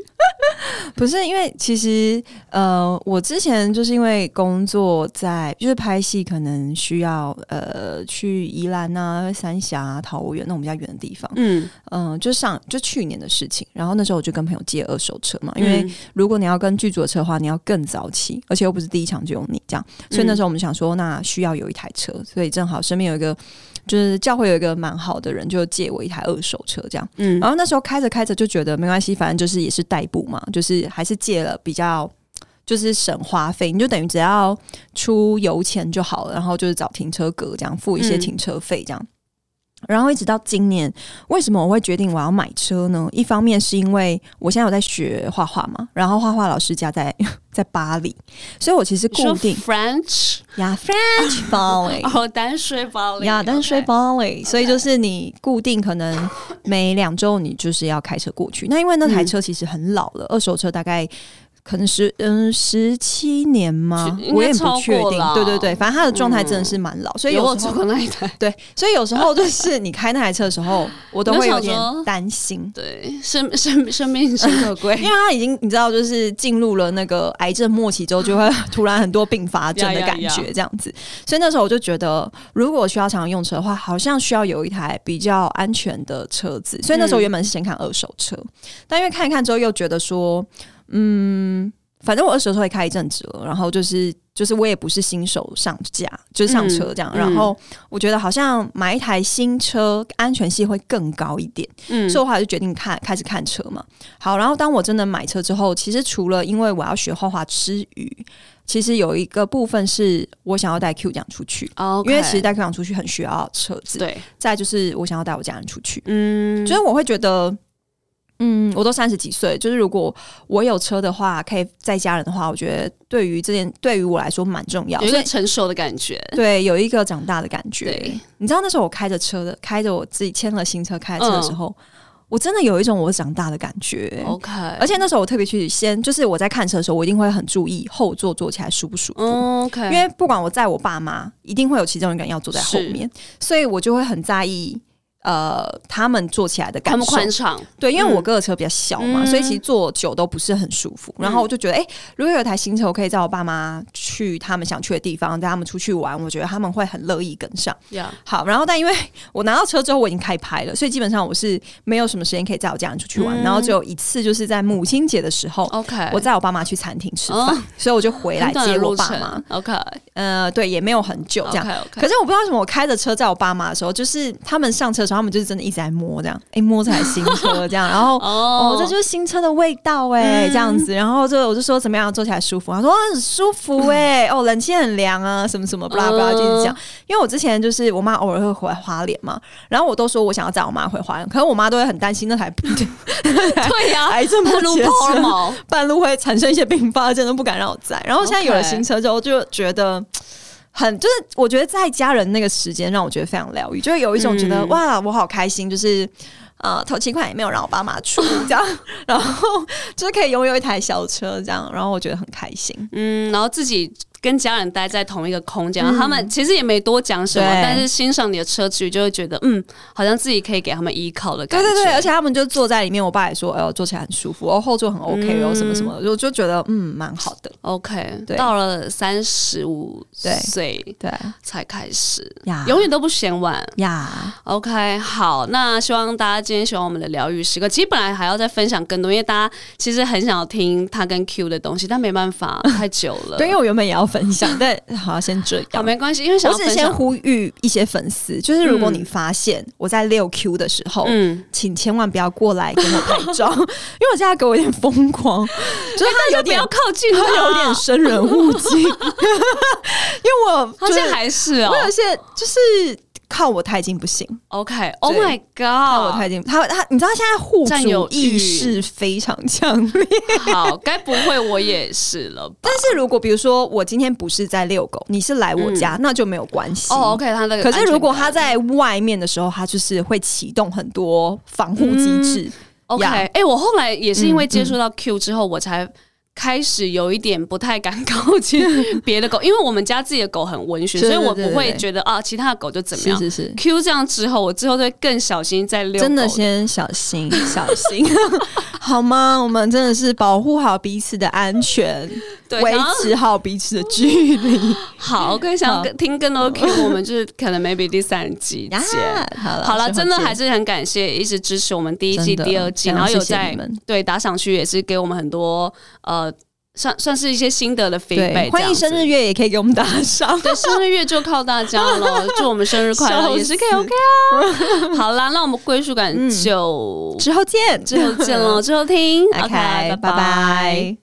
不是因为其实呃，我之前就是因为工作在就是拍戏，可能需要呃去宜兰啊、三峡啊、桃园那种比较远的地方，嗯，嗯、就上就去年的事情。然后那时候我就跟朋友借二手车嘛，因嗯为如果你要跟剧组的车的话，你要更早起，而且又不是第一场就有你这样，所以那时候我们想说，那需要有一台车，所以正好身边有一个就是教会有一个蛮好的人，就借我一台二手车这样。嗯，然后那时候开着开着就觉得没关系，反正就是也是代步嘛，就是还是借了比较。就是省花费，你就等于只要出油钱就好了，然后就是找停车格这样付一些嗯停车费这样。然后一直到今年，为什么我会决定我要买车呢？一方面是因为我现在有在学画画嘛，然后画画老师家在 在巴黎，所以我其实你说固定 French 呀 French 巴黎。哦，淡水堡垒呀，但是睡 OK 堡垒，所以就是你固定可能每两周你就是要开车过去。那因为那台车其实很老了，嗯二手车大概可能十嗯十七年吗是应？该我也不超确过定了。对对对，反正它的状态真的是蛮老，所以有有我时坐候过那一台， 对，所以有时候就是你开那台车的时候，我都你就会有想点说担心。对，生 生生命 诚可贵因为他已经你知道，就是进入了那个癌症末期之后，就会 突然很多并发症的感嗯呀呀觉，这样子。所以那时候我就觉得，如果需要常常用车的话，好像需要有一台比较安全的车子。所以嗯那时候原本是先看二手车，但因为看一看之后又觉得说，嗯，反正我二手车也开一阵子了，然后就是就是我也不是新手上架，就是上车这样。嗯嗯然后我觉得好像买一台新车安全性会更高一点。嗯所以我后来就决定看开始看车嘛。好，然后当我真的买车之后，其实除了因为我要学画画之余，其实有一个部分是我想要带 Q 奖出去哦因为其实带 Q 奖出去很需要车子。对，再来就是我想要带我家人出去，嗯所以我会觉得。嗯，我都三十几岁，就是如果我有车的话，可以载家人的话，我觉得对于这件对于我来说蛮重要，有一所个以成熟的感觉，对有一个长大的感觉。对，你知道那时候我开着车的，开着我自己签了新车开着车的时候，我真的有一种我长大的感觉。嗯，OK，而而且那时候我特别去先，就是我在看车的时候，我一定会很注意后座坐起来舒不舒服。嗯 OK，因为不管我载我爸妈，一定会有其中一个人要坐在后面，所以我就会很在意呃他们坐起来的他感们受宽。敞，对，因为我哥的车比较小嘛，嗯所以其实坐久都不是很舒服。然后我就觉得，哎、如果有一台新车，我可以载我爸妈去他们想去的地方，带他们出去玩，我觉得他们会很乐意跟上。呀，好，然后但因为 我拿到车之后我已经开拍了，所以基本上我是没有什么时间可以载我家人出去玩。嗯哦然后只有一次，就是在母亲节的时候， OK，我载我爸妈去餐厅吃饭，哦所以我就回来很短的接我路爸程哦妈。 ，OK，呃，对，也没有很久这样。 OK，OK，可是我不知道为什么，我开着车载我爸妈的时候，就是他们上车的时候，他们就是真的一直在摸这样，哎、摸这台新车这样，然后。哦哦，，嗯这就是新车的味道哎、这样子，然后就我就说怎么样坐起来舒服，他说哦很舒服 哎、哦冷气很凉啊，什么什么，巴拉巴拉嗯就一直讲。因为我之前就是我妈偶尔会回花莲嘛，然后我都说我想要载我妈回花莲，可是我妈都会很担心那台 哎对呀，癌 症不他撸起的破了车毛，半路会产生一些并发症，都不敢让我载。然后现在有了新车之后，就觉得。很就是，我觉得在家人那个时间让我觉得非常疗愈，就是有一种觉得、嗯哇，我好开心，就是呃，头期款也没有让我爸妈出这 样，然后就是可以拥有一台小车这样，然后我觉得很开心。嗯，然后自己跟家人待在同一个空间，他们其实也没多讲什么，嗯对但是欣赏你的车距就会觉得，嗯，好像自己可以给他们依靠的对感觉。对对，而且他们就坐在里面，我爸也说，哎呦，坐起来很舒服，哦，后座很 OK 哦，什么什么，我就觉得嗯，蛮好的。 OK，对到了三十五对岁对啊才开始，呀永远都不嫌晚。呀， OK，好，那希望大家今天喜欢我们的疗愈时刻。其实本来还要再分享更多，因为大家其实很想要听他跟 Q 的东西，但没办法，太久了。对，因为我原本也要分享，但好先这好，样。没关系，因为想我要只分先享。呼吁一些粉丝，就是如果你发现我在六 Q 的时候，嗯，请千万不要过来跟我拍 照，因为我现在给我有点疯狂，就是他有哎不点啊要。靠近 他他，有点生人勿近，因为我他就现在是还是哦我，有一些就是靠我太近不行， OK，Oh、对 Oh my 靠 我 God，太近，他他你知道他现在护哦占主有欲意识非常强烈， 好，该不会我也是了吧？但是如果比如说我今天不是在遛狗，你是来我家，那就没有关系嗯哦、o k 他的，可是如果他在外面的时候，他就是会启动很多防护机制。 OK，呀哎、我后来也是嗯因为接触到 Q 之后，我才。开始 有一点不太敢靠近别的狗，因为我们家自己的狗很温驯，对所对以我对不对会对觉得啊，其他的狗就怎么样。是是， Q 这样之后，我之后都会更小心在遛狗。真的先小心 小心，好吗？我们真的是保护好彼此的安全，对，维想要持好彼此的距 离。好，更想要好跟听更多 Q，我们就是可能 maybe 第三集见。 好了好了，真的还是是很感谢一直支持我们第一季、真的第二季，非常然后有谢谢在你们对打赏区也是给我们很多呃，算算是一些心得的 feedback 对，。欢迎生日，月也可以给我们打赏。对生日月就靠大家 了，祝我们生日快笑乐，死嗯也是可以 OK 啊。好啦，那我们归属感就之后见， 之后见喽，之后听 OK，拜拜拜。